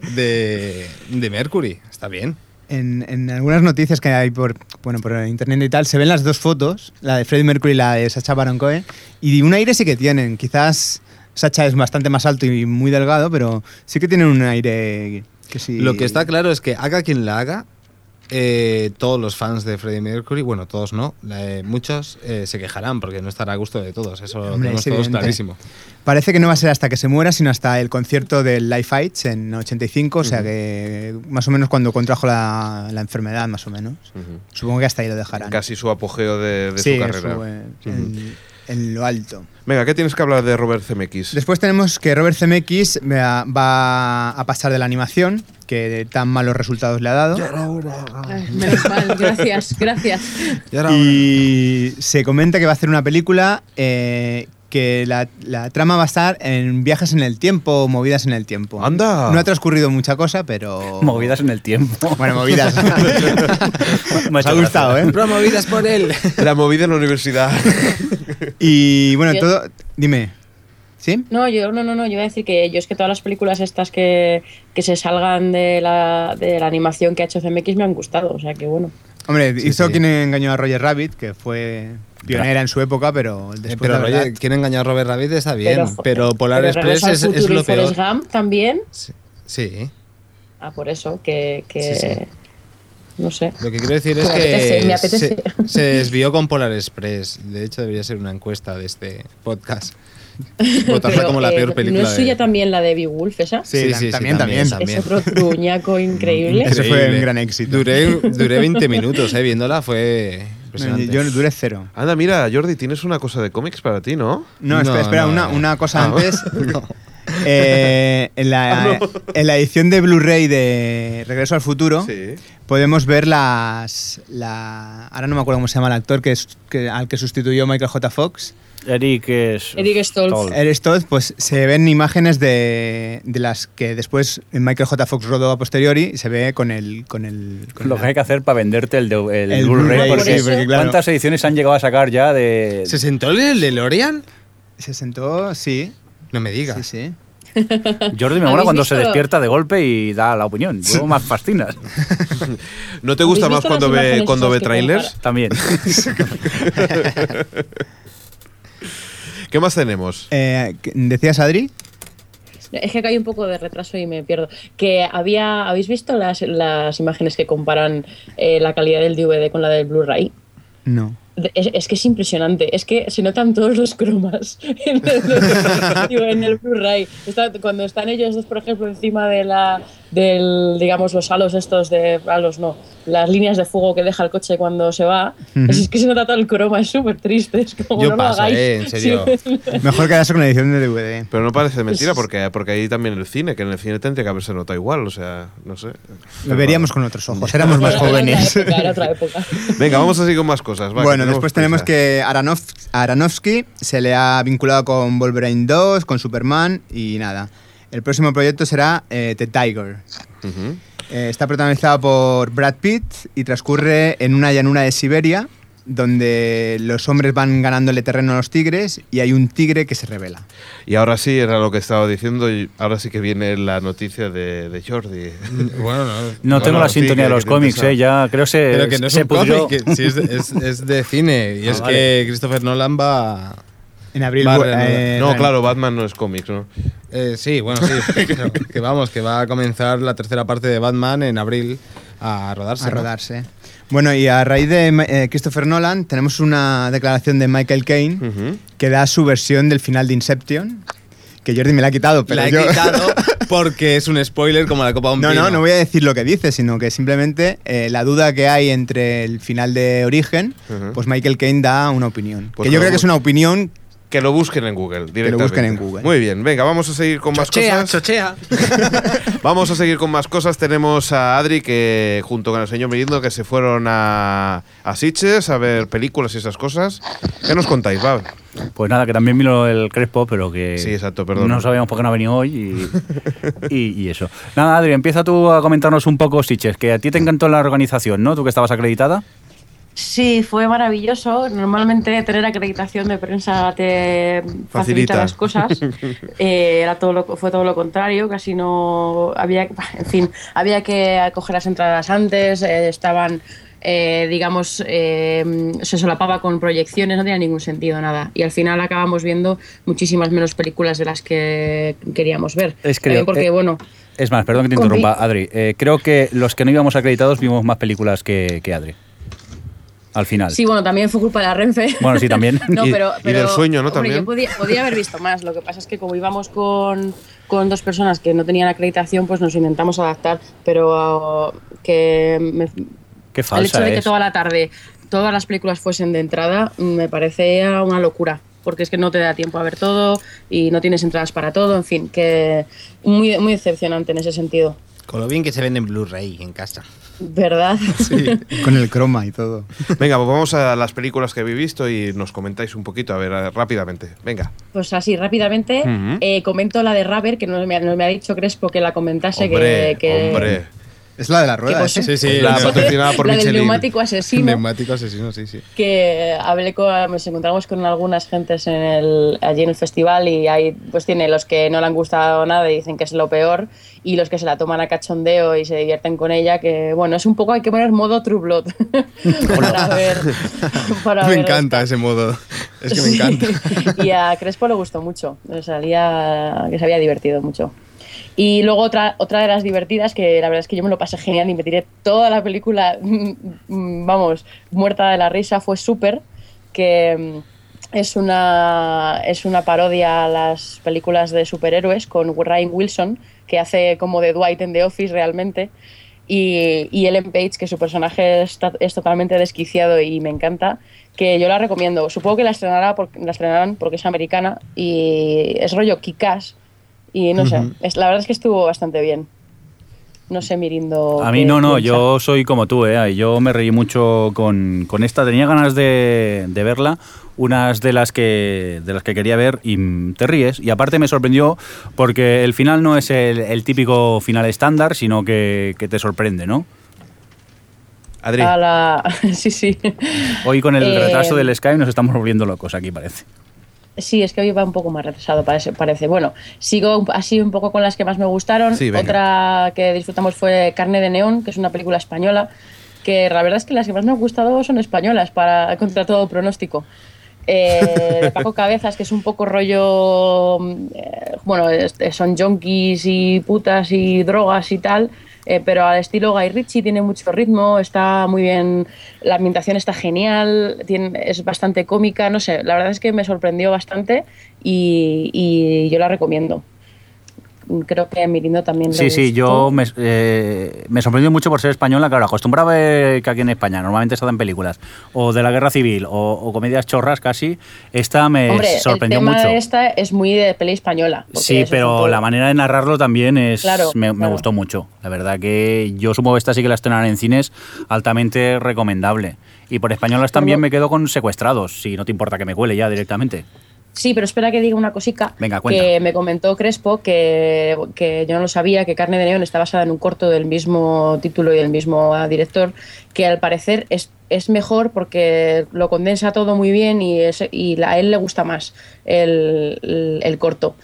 [LAUGHS]
[LAUGHS]
de, de, de Mercury, está bien.
En, en algunas noticias que hay por, bueno, por internet y tal, se ven las dos fotos, la de Freddie Mercury y la de Sacha Baron Cohen, y un aire sí que tienen. Quizás Sacha es bastante más alto y muy delgado, pero sí que tienen un aire que sí.
Lo que está claro es que haga quien la haga, eh, todos los fans de Freddie Mercury, bueno, todos no, eh, muchos eh, se quejarán porque no estará a gusto de todos. Eso lo
Hombre,
tenemos
es
todos
evidente.
clarísimo.
Parece que no va a ser hasta que se muera, sino hasta el concierto del Life Fights en 85, o sea que más o menos cuando contrajo la, la enfermedad, más o menos.
Ujú.
Supongo que hasta ahí lo dejarán.
Casi su apogeo de, de
sí,
su carrera.
su, eh, en- en lo alto.
Venga, ¿qué tienes que hablar de Robert Zemeckis?
Después tenemos que Robert Zemeckis va va a pasar de la animación, que de tan malos resultados le ha dado.
Ay, menos mal, gracias, gracias.
Y ahora
Y se comenta que va a hacer una película eh, que la, la trama va a estar en viajes en el tiempo o movidas en el tiempo.
Anda.
No ha transcurrido mucha cosa, pero...
[LAUGHS] Movidas en el tiempo.
Bueno, movidas.
Me
Os ha gustado,
gracia.
¿eh?
Promovidas por él.
La movida en la
[LAUGHS]
universidad.
Y bueno,
Bien.
todo... Dime. ¿Sí?
No, yo no, no, no, yo iba a decir que yo es que todas las películas estas que, que se salgan de la, de la animación que ha hecho CMX me han gustado, o sea que bueno.
Hombre,
Sí,
hizo
sí.
quien engañó a Roger Rabbit, que fue pionera en su época, pero después... la
Eh, pero
verdad-
oye, quiere engañar a Robert Rabbit, está bien. Pero,
joder,
Polar
eh, pero
Express
Regreso al
es, es
Futuro y
lo peor.
Forrest Gump también.
Sí, sí.
Ah, por eso, que, que
Sí, sí. [LAUGHS]
no sé.
Lo que quiero decir
Me
es que
apetece, me
se-
apetece.
Se, desvió con Polar Express. De hecho, debería ser una encuesta de este podcast. Votarla
Pero,
como la
eh,
peor película.
¿No es
de-
suya también la de Beowulf esa?
Sí, tam- también, también.
[LAUGHS]
Es otro
Mm,
truñaco increíble.
Ese fue un
Increíble.
gran éxito.
Duré, duré 20 minutos eh, viéndola, fue Impresionante.
Yo duré cero.
Anda, mira, Jordi, tienes una cosa de cómics para ti, ¿no?
No,
No,
espera, espera,
no,
una,
no.
una cosa
Ah,
antes. Eh, en, la, en la edición de Blu-ray de Regreso al Futuro
Sí.
podemos ver las. La, ahora no me acuerdo cómo se llama el actor que es, que- al que sustituyó Michael J. Fox.
Eric es.
Eric Stoltz.
El Stoltz, pues se ven imágenes de, de las que después Michael J. Fox rodó a posteriori y se ve con el. Con el con
Lo que hay que hacer para venderte el, de- el
El
Blu-ray.
Blu-ray,
porque
sí, porque
claro.
¿Cuántas ediciones han llegado a sacar ya de.?
¿Se sentó en el DeLorean?
Se sentó, sí.
No me digas.
Sí, sí.
Jordi me mola
¿Habéis
cuando se
visto?
despierta de golpe y da la opinión. Luego más fascinas.
¿No te gusta más
¿Habéis visto
cuando
las
ve,
imágenes
cuando
esas
ve
que
trailers?
También.
¿Qué más tenemos?
Eh, ¿Decías, Adri?
Es que acá hay un poco de retraso y me pierdo. Que había, ¿habéis visto las, las imágenes que comparan eh, la calidad del DVD con la del Blu-ray?
No.
De- Es, es que es impresionante, es que se notan todos los cromas [LAUGHS] en el, digo, en el Blu-ray. Está- Cuando están ellos dos, por ejemplo, encima de la, del, digamos, los halos estos de, halos no, las líneas de fuego que deja el coche cuando se va,
Ujú.
es, que se nota todo el croma, es súper triste, es como
Yo
no
paso,
lo hagáis.
eh, en serio.
[LAUGHS] Sí.
Mejor quedarse con la edición de DVD.
Pero no parece mentira
es-
pues
porque, porque hay también el cine, que en el cine tendría que haberse notado igual, o sea, no sé.
Lo veríamos con otros ojos, éramos más
Era otra
jóvenes.
época, era otra época.
Venga, vamos así con más cosas. va, que
Bueno, después tenemos
prisa.
que Aronof- Aronofsky se le ha vinculado con Wolverine 2, con Superman y nada. El próximo proyecto será eh, The Tiger.
Ujú.
Eh, está protagonizado por Brad Pitt y transcurre en una llanura de Siberia donde los hombres van ganándole terreno a los tigres y hay un tigre que se revela.
Y ahora sí, era lo que estaba diciendo, y ahora sí que viene la noticia de, de Jordi.
Mm.
[LAUGHS]
Bueno, no.
No tengo
Bueno,
la
sí,
sintonía
que-
de los
que
cómics,
pensaba.
eh. Ya creo se.
Pero que no es
se
un
pudrió.
cómic, que sí, es, es- es de cine. Y
Ah,
es
vale.
que Christopher Nolan va.
En abril...
Vale,
vu-
no,
eh,
No,
real-
claro, Batman no es cómics,
[LAUGHS]
¿no?
eh, sí, bueno,
[LAUGHS]
sí. pero que vamos, que va a comenzar la tercera parte de Batman en abril a rodarse.
A
¿no?
rodarse. Bueno, y a raíz de Ma- eh, Christopher Nolan tenemos una declaración de Michael Caine
Ujú.
que da su versión del final de Inception, que Jordi me la ha quitado, pero
La he
yo...
[LAUGHS]
[LAUGHS]
quitado porque es un spoiler como la copa de un
No, no,
pino.
no voy a decir lo que dice, sino que simplemente eh, la duda que hay entre el final de Origen,
Ujú.
pues Michael Caine da una opinión.
Pues
que yo
lo
creo que es
bu-
una opinión...
Que lo busquen en Google, directamente.
busquen en Google.
Muy bien, venga, vamos a seguir con más
Chochea,
cosas.
chochea.
[LAUGHS] Vamos a seguir con más cosas. Tenemos a Adri, que junto con el señor Mirindo, que se fueron a, a Sitges a ver películas y esas cosas. ¿Qué nos contáis, va?
Pues nada, que también vino el Crespo, pero que.
Sí, exacto, perdón.
No sabíamos por qué no ha venido hoy y, y- y eso. Nada, Adri, empieza tú a comentarnos un poco, Siches, que a ti te encantó la organización, ¿no? Tú que estabas acreditada.
Sí, fue maravilloso. Normalmente tener acreditación de prensa te facilita,
Facilita.
las cosas. Eh, era todo lo- fue todo lo contrario, casi no había, en fin, había que coger las entradas antes, eh, estaban, eh, digamos, eh, se solapaba con proyecciones, no tenía ningún sentido nada. Y al final acabamos viendo muchísimas menos películas de las que queríamos ver.
Es que-
También porque
eh,
bueno,
Es más, perdón que te
Con
interrumpa, Adri. Eh, creo que los que no íbamos acreditados vimos más películas que, que Adri. Al final.
Sí, bueno, también fue culpa de la Renfe.
Bueno, sí, también.
[LAUGHS] no,
Y-
pero,
y
pero-
del sueño, ¿no?
hombre,
También.
yo podía, podía haber visto más. Lo que pasa es que como íbamos con, con dos personas que no tenían acreditación, pues nos intentamos adaptar. Pero ah, que me-
Qué
el
falsa
hecho de que
es.
toda la tarde todas las películas fuesen de entrada mm, me parecía una locura. Porque es que no te da tiempo a ver todo y no tienes entradas para todo. En fin, que muy, muy decepcionante en ese sentido.
Con lo bien que se vende en Blu-ray en casa.
¿Verdad?
[LAUGHS]
[LAUGHS]
Con el croma y todo.
Venga, pues vamos a las películas que habéis visto y nos comentáis un poquito, a ver, a- rápidamente. Venga.
Pues así, rápidamente,
Ujú.
eh, comento la de Raver, que nos me, ha- nos me ha dicho Crespo que la comentase.
Hombre,
que, que-
hombre.
Es la de la rueda.
pues-
¿eh?
Sí, sí.
La
no.
patrocinada
[LAUGHS]
por
[LAUGHS] la del
Michelin.
neumático asesino,
Neumático asesino, sí, sí.
que hablé con, nos encontramos con algunas gentes en el, allí en el festival y ahí pues tiene los que no le han gustado nada y dicen que es lo peor y los que se la toman a cachondeo y se divierten con ella, que bueno, es un poco, hay que poner modo True Blood [LAUGHS] para ver. para
me
ver
encanta ese modo.
[LAUGHS]
Es que me
Sí. [LAUGHS]
encanta.
y a Crespo le gustó mucho, le salía, que se había divertido mucho. Y luego otra, otra de las divertidas, que la verdad es que yo me lo pasé genial y me tiré toda la película, mm, mm, vamos, muerta de la risa, fue súper, que mm, es una, es una parodia a las películas de superhéroes con Ryan Wilson, que hace como de Dwight en The Office realmente. Y, y Ellen Page, que su personaje está- es totalmente desquiciado y me encanta, que yo la recomiendo. Supongo que la, estrenará porque, la estrenarán porque es americana y es rollo Kikas. Y no sé,
Ujú.
es- la verdad es que estuvo bastante bien. No sé, Mirindo.
A mí
qué
no, no,
piensa.
yo soy como tú, ¿eh? Yo me reí mucho con, con esta. Tenía ganas de, de verla, unas de las, que, de las que quería ver y mm, te ríes. Y aparte me sorprendió porque el final no es el, el típico final estándar, sino que, que te sorprende, ¿no?
Adri,
A la... [LAUGHS] sí, sí.
Hoy con el
Ah, Eh,
retraso del Skype nos estamos volviendo locos aquí, parece.
Sí, es que hoy va un poco más retrasado, parece. parece. Bueno, sigo así un poco con las que más me gustaron.
Sí, venga.
Otra que disfrutamos fue Carne de Neón, que es una película española, que la verdad es que las que más me han gustado son españolas, para contra todo pronóstico. Eh, de Paco Cabezas, que es un poco rollo. mm, eh, bueno, este, son junkies y putas y drogas y tal, eh, pero al estilo Guy Ritchie tiene mucho ritmo, está muy bien, la ambientación está genial, tiene, es bastante cómica, no sé, la verdad es que me sorprendió bastante y, y yo la recomiendo. Creo que a Mirindo también. le
Sí, sí,
gustó.
yo me, eh, me sorprendió mucho por ser española, claro, acostumbraba a ver que aquí en España normalmente se hacen películas o de la guerra civil o, o comedias chorras casi, esta me
Hombre,
Eh, sorprendió
el tema
mucho.
de esta es muy de peli española. porque
Sí,
eso es un
pero
poco-
la manera de narrarlo también es
Claro,
me, me
claro.
gustó mucho. La verdad que yo supongo que esta sí que la estrenarán en cines, altamente recomendable. Y por españolas también me quedo con secuestrados, si no te importa que me cuele ya directamente.
Sí, pero espera que diga una cosica
Venga, cuenta.
que me comentó Crespo que, que yo no lo sabía, que Carne de Neón está basada en un corto del mismo título y del mismo ah, director, que al parecer es, es mejor porque lo condensa todo muy bien y, es- y a él le gusta más el, el- el corto.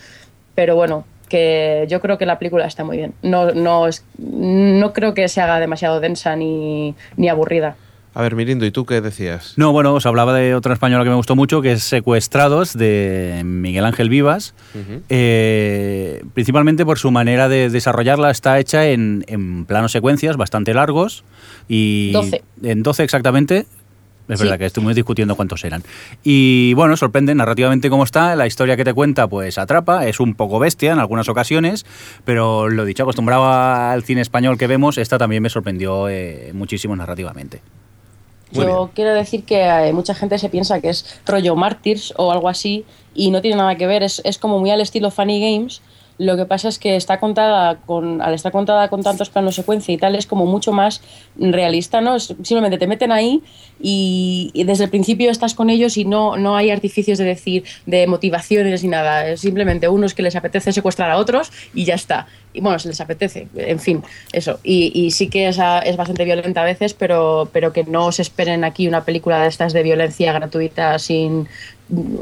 Pero bueno, que yo creo que la película está muy bien. No, no, es- no creo que se haga demasiado densa ni, ni aburrida.
a ver, Mirindo, ¿y tú qué decías?
No, bueno, os hablaba de otra española que me gustó mucho, que es Secuestrados, de Miguel Ángel Vivas. Eh, principalmente por su manera de desarrollarla, está hecha en, en planos secuencias bastante largos. Y
12.
En 12 exactamente. Es
Sí.
verdad que estuvimos discutiendo cuántos eran. Y bueno, sorprende narrativamente cómo está. La historia que te cuenta, pues atrapa. Es un poco bestia en algunas ocasiones. Pero lo dicho, acostumbrado al cine español que vemos, esta también me sorprendió eh, muchísimo narrativamente.
Muy
Yo quiero decir que eh, mucha gente se piensa que es rollo Martyrs o algo así y no tiene nada que ver, es, es como muy al estilo Funny Games. Lo que pasa es que está contada con, al estar contada con tantos planos secuencia y tal, es como mucho más realista, ¿no? Es- simplemente te meten ahí y, y desde el principio estás con ellos y no, no hay artificios de decir, de motivaciones ni nada. Es simplemente unos que les apetece secuestrar a otros y ya está. Y bueno, se les apetece, en fin, eso. Y, y sí que es, a- es bastante violenta a veces, pero, pero que no os esperen aquí una película de estas de violencia gratuita sin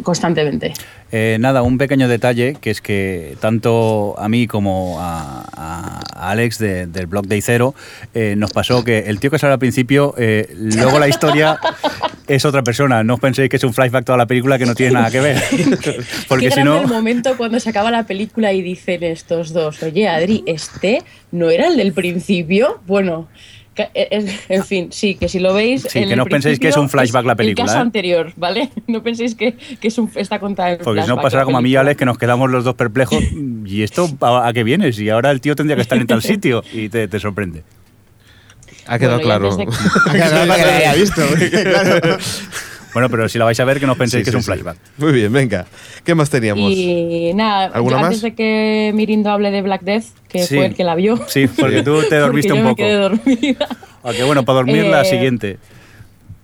constantemente.
Eh, nada, un pequeño detalle, que es que tanto a mí como a, a Alex de- del blog de Icero eh, nos pasó que el tío que sale al principio, eh, luego la historia es otra persona. No os penséis que es un flashback toda la película que no tiene nada
[LAUGHS]
que ver. Porque
Qué
si
grande
no...
el momento cuando se acaba la película y dicen estos dos, oye Adri, ¿este no era el del principio? Bueno, ca- e- es- en fin, sí, que si lo veis...
Sí,
el
que no
del
penséis que es un
principio
flashback la película,
El caso
¿eh?
anterior, ¿vale? [LAUGHS] No penséis que, que es un, está contada en
Porque si no
flashback
pasará
la
como a mí y a
película.
Alex que nos quedamos los dos perplejos. ¿Y esto a, a qué vienes? Y ahora el tío tendría que estar en tal sitio. Y te, te sorprende.
Ha quedado
Bueno, y
claro.
antes
[LAUGHS]
Ah, claro, para que la haya visto. porque, claro.
Bueno, pero si la vais a ver, que no
Sí,
penséis que es
sí,
un
sí.
flashback.
Muy bien, venga. ¿Qué más teníamos?
Y nada,
¿Alguna
yo
más?
antes de que Mirindo hable de Black Death, que
Sí.
fue el que la vio.
Sí, porque
[LAUGHS]
tú te
porque
dormiste
yo
un
me
poco.
quedé dormida.
Aunque bueno, para dormir la
Eh,
siguiente.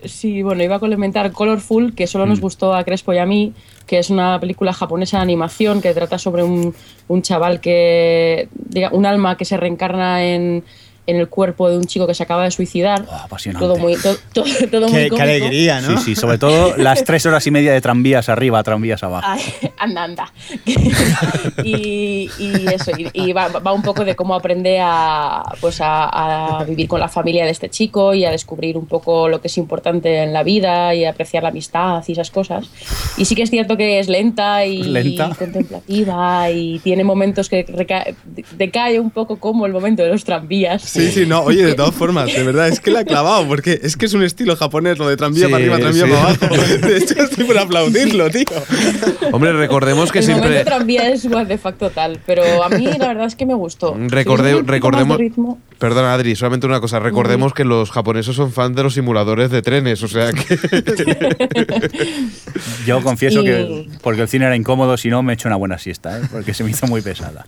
Sí, bueno, iba a comentar Colorful, que solo nos
Mm.
gustó a Crespo y a mí, que es una película japonesa de animación que trata sobre un, un chaval que. diga, un alma que se reencarna en, en el cuerpo de un chico que se acaba de suicidar.
Oh, apasionante.
Todo muy. to- to- [LAUGHS] todo muy
Ah, Qué, qué
cómico.
alegría, ¿no?
Sí, sí, sobre todo las tres horas y media de tranvías arriba, tranvías abajo.
Ay, [LAUGHS] anda, anda. y, y eso, y, y va, va un poco de cómo aprende a, pues a, a vivir con la familia de este chico y a descubrir un poco lo que es importante en la vida y a apreciar la amistad y esas cosas. Y sí que es cierto que es lenta y
Lenta.
contemplativa y tiene momentos que reca- decae un poco como el momento de los tranvías.
Sí, sí, no.
[LAUGHS]
Oye, de todas formas, de verdad, es que la ha clavado, porque es que es un estilo japonés, lo de tranvía
Sí,
para arriba, tranvía
sí.
para [LAUGHS] abajo. De hecho, estoy por aplaudirlo, tío.
Hombre, recordemos que
el
siempre.
momento tranvía es un artefacto tal, pero a mí la verdad es que me gustó.
Recorde-
Sí, es un poco más de
recordemos,
ritmo.
perdona Adri, solamente una cosa.
Mm.
Recordemos que los japoneses son fans de los simuladores de trenes, o sea que
Yo confieso
Y-
que porque el cine era incómodo, si no me he hecho una buena siesta, ¿eh? porque se me hizo muy pesada.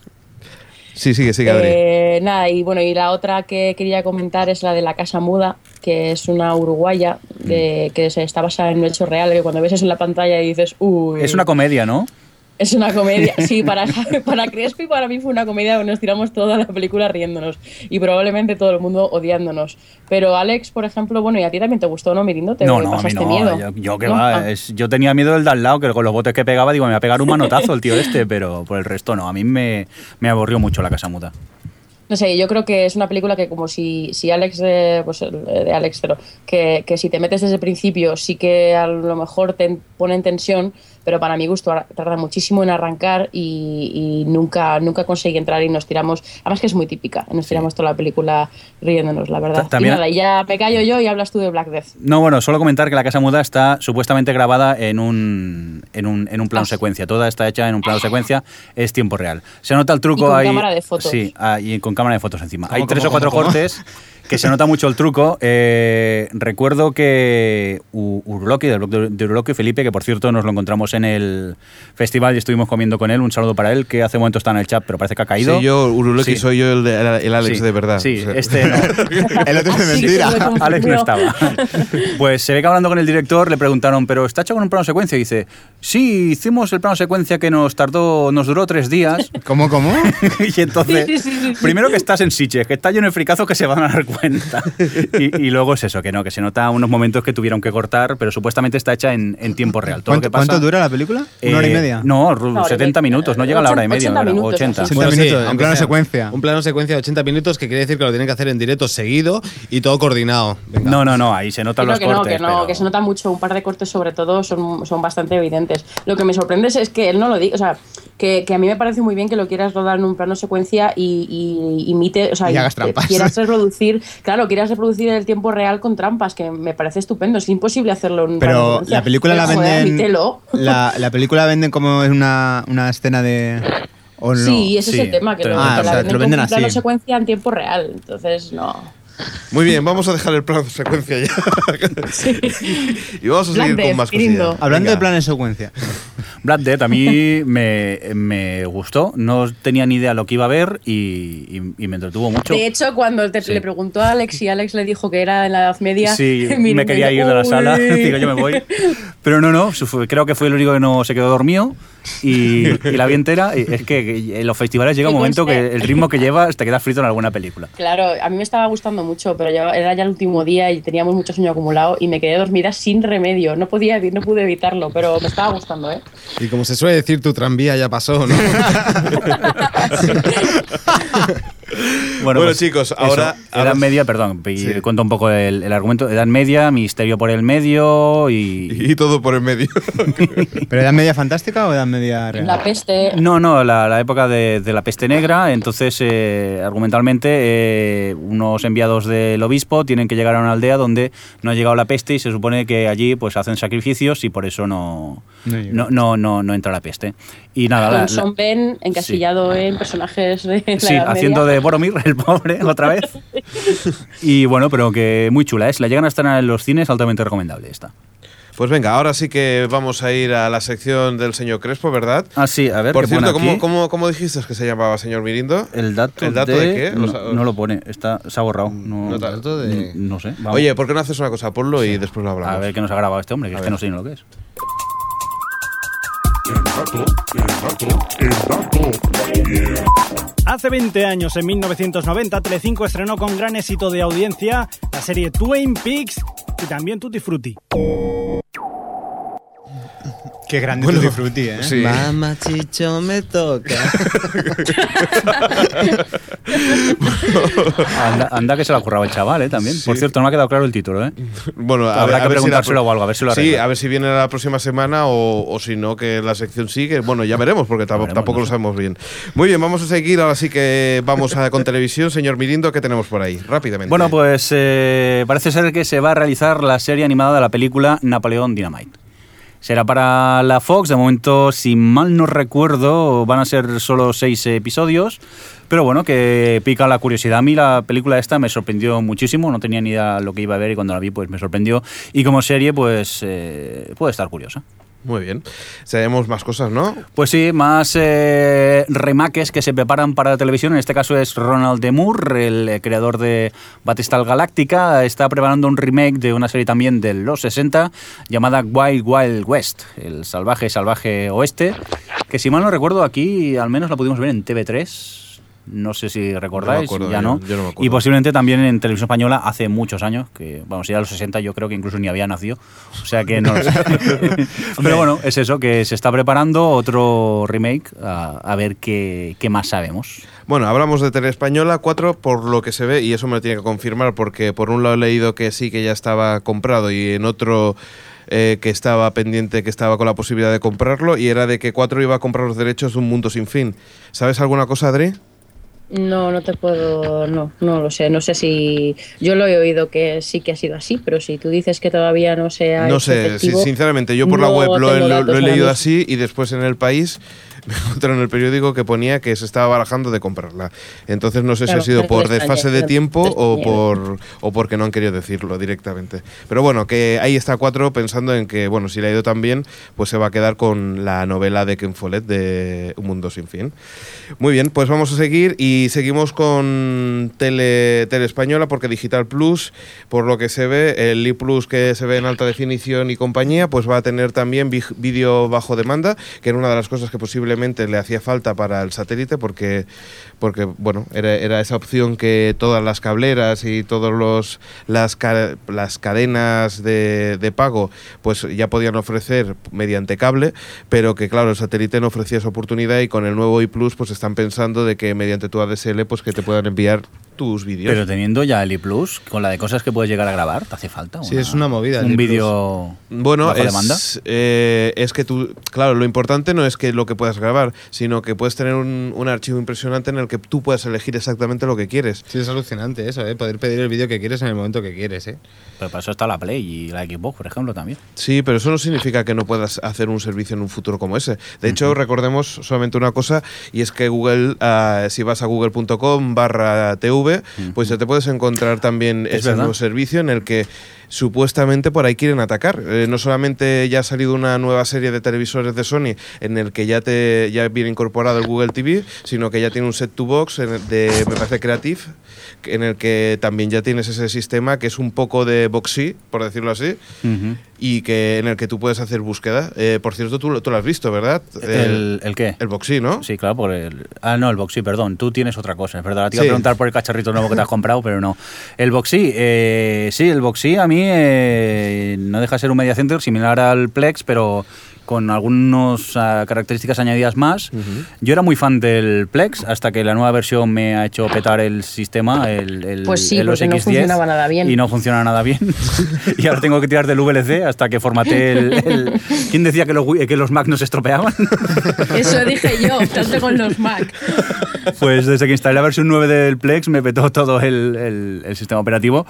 sí, sigue, sigue Adri.
Eh, nada, y bueno, y la otra que quería comentar es la de La Casa Muda, que es una uruguaya de- que se está basada en un hecho real, que cuando ves eso en la pantalla y dices, uy,
Es una comedia, ¿no?
es una
[LAUGHS]
comedia. Sí, para, [LAUGHS] para Crespo y para mí fue una comedia donde nos tiramos toda la película riéndonos y probablemente todo el mundo odiándonos. Pero Alex, por ejemplo, bueno, y a ti también te gustó, ¿no, Mirindo? ¿Te
no, no, a mí
pasaste
no.
miedo?
Yo, yo que
¿No?
va, eh,
Ah.
es- yo tenía miedo del de al lado, que con los botes que pegaba, digo, me va a pegar un manotazo el tío este, pero por el resto no. A mí me, me aburrió mucho la casa muta.
No sé, yo creo que es una película que como si, si Alex, eh, pues el, eh, de Alex, pero que, que si te metes desde el principio sí que a lo mejor te en- pone en tensión, pero para mi gusto ar- tarda muchísimo en arrancar y, y nunca, nunca consigue entrar y nos tiramos, además que es muy típica, nos tiramos toda la película riéndonos, la verdad.
Ta- también-
Y nada, y ya me callo yo y hablas tú de Black Death.
No, bueno, solo comentar que la Casa Muda está supuestamente grabada en un, en un, en un
Ah.
plano secuencia. Toda está hecha en un plano secuencia, es tiempo real. Se nota el truco
Y con
ahí.
cámara de fotos.
Sí, ah, y con cámara de fotos encima. Hay
¿Cómo,
tres
cómo,
o cuatro
cómo, cómo?
cortes que se nota mucho el
[LAUGHS]
truco. Eh, recuerdo que U- Urloqui, del blog de de Urloqui, Felipe, que por cierto nos lo encontramos en el festival y estuvimos comiendo con él. Un saludo para él, que hace un momento está en el chat, pero parece que ha caído.
Sí, yo, Uruloki, [LAUGHS]
Sí.
soy yo el, de- el Alex
Sí,
de verdad.
Sí,
o sea.
este no.
[LAUGHS] El otro es
Así
de
Ah, que
mentira.
me confundió.
Alex no
[LAUGHS]
estaba. Pues se ve que hablando con el director le preguntaron, ¿pero está hecho con un plano secuencia? Y dice, sí, hicimos el plano secuencia que nos tardó, nos duró tres días. [LAUGHS]
¿Cómo, cómo?
y entonces,
Sí, sí, sí, sí, sí.
primero que estás en Siches, que está lleno de fricazos que se van a dar cuenta. Y, y luego es eso, que no, que se nota unos momentos que tuvieron que cortar, pero supuestamente está hecha en, en tiempo real. Todo lo
¿Cuánto,
que pasa-
cuánto dura la película? ¿Una hora y
Eh,
media?
No,
Una hora y
70
media.
minutos, no llega a la hora y media,
80
¿verdad?
minutos,
80.
así.
80 minutos, en
aunque
plano
sea
secuencia.
Un plano secuencia de 80 minutos que quiere decir que lo tienen que hacer en directo seguido y todo coordinado. Venga.
No, no, no, ahí se notan
Creo
los
que
cortes.
no, que no,
pero-
que se nota mucho. Un par de cortes, sobre todo, son, son bastante evidentes. Lo que me sorprende es, es que él no lo diga. O sea, que, que a mí me parece muy bien que lo quieras rodar en un plano secuencia y, y imite. O sea,
Y hagas
que
trampas.
quieras reproducir. Claro, quieras reproducir el tiempo real con trampas, que me parece estupendo. Es imposible hacerlo en un plano
Pero
secuencia.
la película
Pero,
la
joder,
venden.
admítelo. [LAUGHS]
La, la película la venden como es una, una escena de. o no.
Sí, ese
sí,
es el tema. Que
te lo
lo,
venden
la
así.
Te lo venden
como un plano
así.
secuencia en tiempo real. Entonces, no.
Muy bien, vamos a dejar el plano de secuencia ya. y vamos a seguir
Black
con
Death,
más
lindo.
cosillas.
Hablando
Venga.
de planes secuencia.
Black Death
[LAUGHS]
a mí me, me gustó, no tenía ni idea lo que iba a ver y, y- y me entretuvo mucho.
De hecho, cuando te-
Sí.
le preguntó a Alex y Alex le dijo que era en la Edad Media, [LAUGHS]
Sí,
Mirindo
me quería
dijo,
ir de la sala,
[LAUGHS] "Uy".
[LAUGHS] digo yo me voy. Pero no, no, su- fue- creo que fue el único que no se quedó dormido y, y la vi entera. Y es que en los festivales llega un
Que
momento que
conste.
el ritmo que llevas te queda frito en alguna película.
Claro, a mí me estaba gustando mucho, pero yo era ya el último día y teníamos mucho sueño acumulado y me quedé dormida sin remedio. No podía, evi- no pude evitarlo, pero me estaba gustando,
[LAUGHS]
¿eh?
Y como se suele decir, tu tranvía ya pasó, ¿no?
Bueno, pues chicos, ahora-
Edad
ahora-
Media, perdón, y
Sí.
cuento un poco el, el argumento. Edad Media, misterio por el medio y.
Y todo por en medio.
[LAUGHS]
[LAUGHS]
¿Pero edad media fantástica o edad media real?
La peste.
[LAUGHS] No, no, la, la época de, de la peste negra. Entonces, eh, argumentalmente, eh, unos enviados del obispo tienen que llegar a una aldea donde no ha llegado la peste y se supone que allí pues hacen sacrificios y por eso no,
No
no,
llega.
no, no- no entra la peste. Y nada, la- la-
Con Son Ben encasillado en personajes de la
Sí,
Edad
haciendo
Media.
de Boromir,
[LAUGHS]
el pobre, otra vez. Y bueno, pero que muy chula es. La llegan a estar en los cines, altamente recomendable esta.
Pues venga, ahora sí que vamos a ir a la sección del señor Crespo, ¿verdad?
Ah, sí, a ver,
Por
qué pone
cierto,
aquí.
¿cómo,
Eh,
cómo, cómo dijiste que se llamaba señor Mirindo?
El dato,
¿El dato de qué? Los-
No, no lo pone, está, se ha borrado. No,
No
te- dato de-
no sé. vamos.
Oye, ¿por qué no haces una cosa? Ponlo y después lo hablamos.
A ver qué nos ha grabado este hombre, que es que no sé ni lo que es.
Hace 20 años, en 1990, Telecinco estrenó con gran éxito de audiencia la serie Twin Peaks y también Tutti Frutti.
Qué grande
Bueno,
Tutti Frutti, ¿eh?
sí.
Mamá chicho me [LAUGHS] toca.
Anda, anda que se la curraba el chaval, ¿eh? También. Por cierto, no me ha quedado claro el título, ¿eh?
[LAUGHS] Bueno, a
Habrá
ver-
que
a ver si la-
preguntárselo o algo, a ver si lo
Sí,
arregla.
a ver si viene la próxima semana o, o si no, que la sección sigue. Bueno, ya veremos, porque tam-
Veremos,
tampoco
no
lo
sé.
sabemos bien. Muy bien, vamos a seguir. Ahora sí que vamos a, con televisión. Señor Mirindo, ¿qué tenemos por ahí? Rápidamente.
Bueno, pues eh, parece ser que se va a realizar la serie animada de la película Napoleón Dynamite. Será para la Fox, de momento, si mal no recuerdo, van a ser solo seis episodios, pero bueno, que pica la curiosidad. A mí la película esta me sorprendió muchísimo, no tenía ni idea lo que iba a ver y cuando la vi pues me sorprendió. Y como serie pues eh, puede estar curiosa.
Muy bien. Sabemos más cosas, ¿no?
Pues sí, más eh, remakes que se preparan para la televisión. En este caso es Ronald de Moore, el eh, creador de Battlestar Galáctica. Está preparando un remake de una serie también de los 60 llamada Wild Wild West, el salvaje salvaje oeste. Que si mal no recuerdo, aquí al menos la pudimos ver en TV3. No sé si recordáis,
acuerdo,
ya
yo-
no.
yo no me acuerdo.
y posiblemente también en televisión española hace muchos años, que vamos, ya a los 60 yo creo que incluso ni había nacido. O sea que no lo [LAUGHS] sé. Pero bueno, es eso, que se está preparando otro remake, a, a ver qué, qué más sabemos.
Bueno, hablamos de Tele Española 4 por lo que se ve, y eso me lo tiene que confirmar, porque por un lado he leído que sí, que ya estaba comprado, y en otro eh, que estaba pendiente, que estaba con la posibilidad de comprarlo, y era de que 4 iba a comprar los derechos de un mundo sin fin. ¿Sabes alguna cosa, Adri?
No, no te puedo, no, no lo sé, no sé si yo lo he oído que sí que ha sido así, pero si tú dices que todavía no se ha
No
hecho
sé,
efectivo,
sin- sinceramente, yo por la
no
web lo, he-
tengo
lo-
datos
lo he
ahora
leído
mismo.
así y después en el país [LAUGHS] me encontré en el periódico que ponía que se estaba barajando de comprarla. Entonces no sé si
Claro,
ha sido
no
por
te extraña,
desfase de
no te
tiempo o
extraña.
por o porque no han querido decirlo directamente. Pero bueno, que ahí está cuatro pensando en que, bueno, si le ha ido tan bien, pues se va a quedar con la novela de Ken Follett de Un Mundo Sin Fin. Muy bien, pues vamos a seguir y seguimos con Tele, Tele Española porque Digital Plus, por lo que se ve, el iPlus que se ve en alta definición y compañía, pues va a tener también vi- vídeo bajo demanda, que era una de las cosas que posiblemente le hacía falta para el satélite porque, porque bueno, era, era esa opción que todas las cableras y todas los, las, ca- las cadenas de, de pago pues ya podían ofrecer mediante cable, pero que claro, el satélite no ofrecía esa oportunidad y con el nuevo iPlus pues están pensando de que mediante tu ADSL pues que te puedan enviar tus vídeos.
Pero teniendo ya el iPlus, con la de cosas que puedes llegar a grabar, ¿te hace falta?
Sí, es una movida el
Un
iPlus.
vídeo
Bueno,
bajo demanda.
es, eh, es que tú, claro, lo importante no es que lo que puedas grabar, sino que puedes tener un, un archivo impresionante en el que tú puedas elegir exactamente lo que quieres.
Sí, es alucinante eso, ¿eh? Poder pedir el vídeo que quieres en el momento que quieres, ¿eh?
Pero para eso está la Play y la Xbox, por ejemplo, también.
Sí, pero eso no significa que no puedas hacer un servicio en un futuro como ese. De hecho, recordemos solamente una cosa, y es que Google, ah, si vas a google.com barra TV, pues ya te puedes encontrar también
Es
ese
verdad.
nuevo servicio en el que supuestamente por ahí quieren atacar. Eh, no solamente ya ha salido una nueva serie de televisores de Sony en el que ya te ya viene incorporado el Google TV, sino que ya tiene un set to box en el de me parece Creative, en el que también ya tienes ese sistema que es un poco de boxy, por decirlo así, y que en el que tú puedes hacer búsqueda. Eh, por cierto, tú, lo- tú lo has visto, ¿verdad?
¿El, el qué?
el boxy, ¿no?
Sí, claro, por el. Ah, no, el Boxy, perdón. Tú tienes otra cosa, es verdad. Te iba
Sí.
a preguntar por el cacharrito nuevo que te has comprado, pero no. El Boxy, eh, sí, el Boxy a mí eh, no deja de ser un media center similar al Plex, pero con algunas ah, características añadidas más. Yo era muy fan del Plex hasta que la nueva versión me ha hecho petar el sistema, el, el-
Pues sí,
el OS
porque no
X10,
funcionaba nada bien.
Y no funciona nada bien. [LAUGHS] y ahora tengo que tirar del VLC hasta que formateé el... el- ¿Quién decía que los, wi- que los Mac nos estropeaban?
Eso dije
[LAUGHS]
yo, tanto con los Mac.
Pues desde que instalé la versión 9 del Plex me petó todo el, el- el sistema operativo.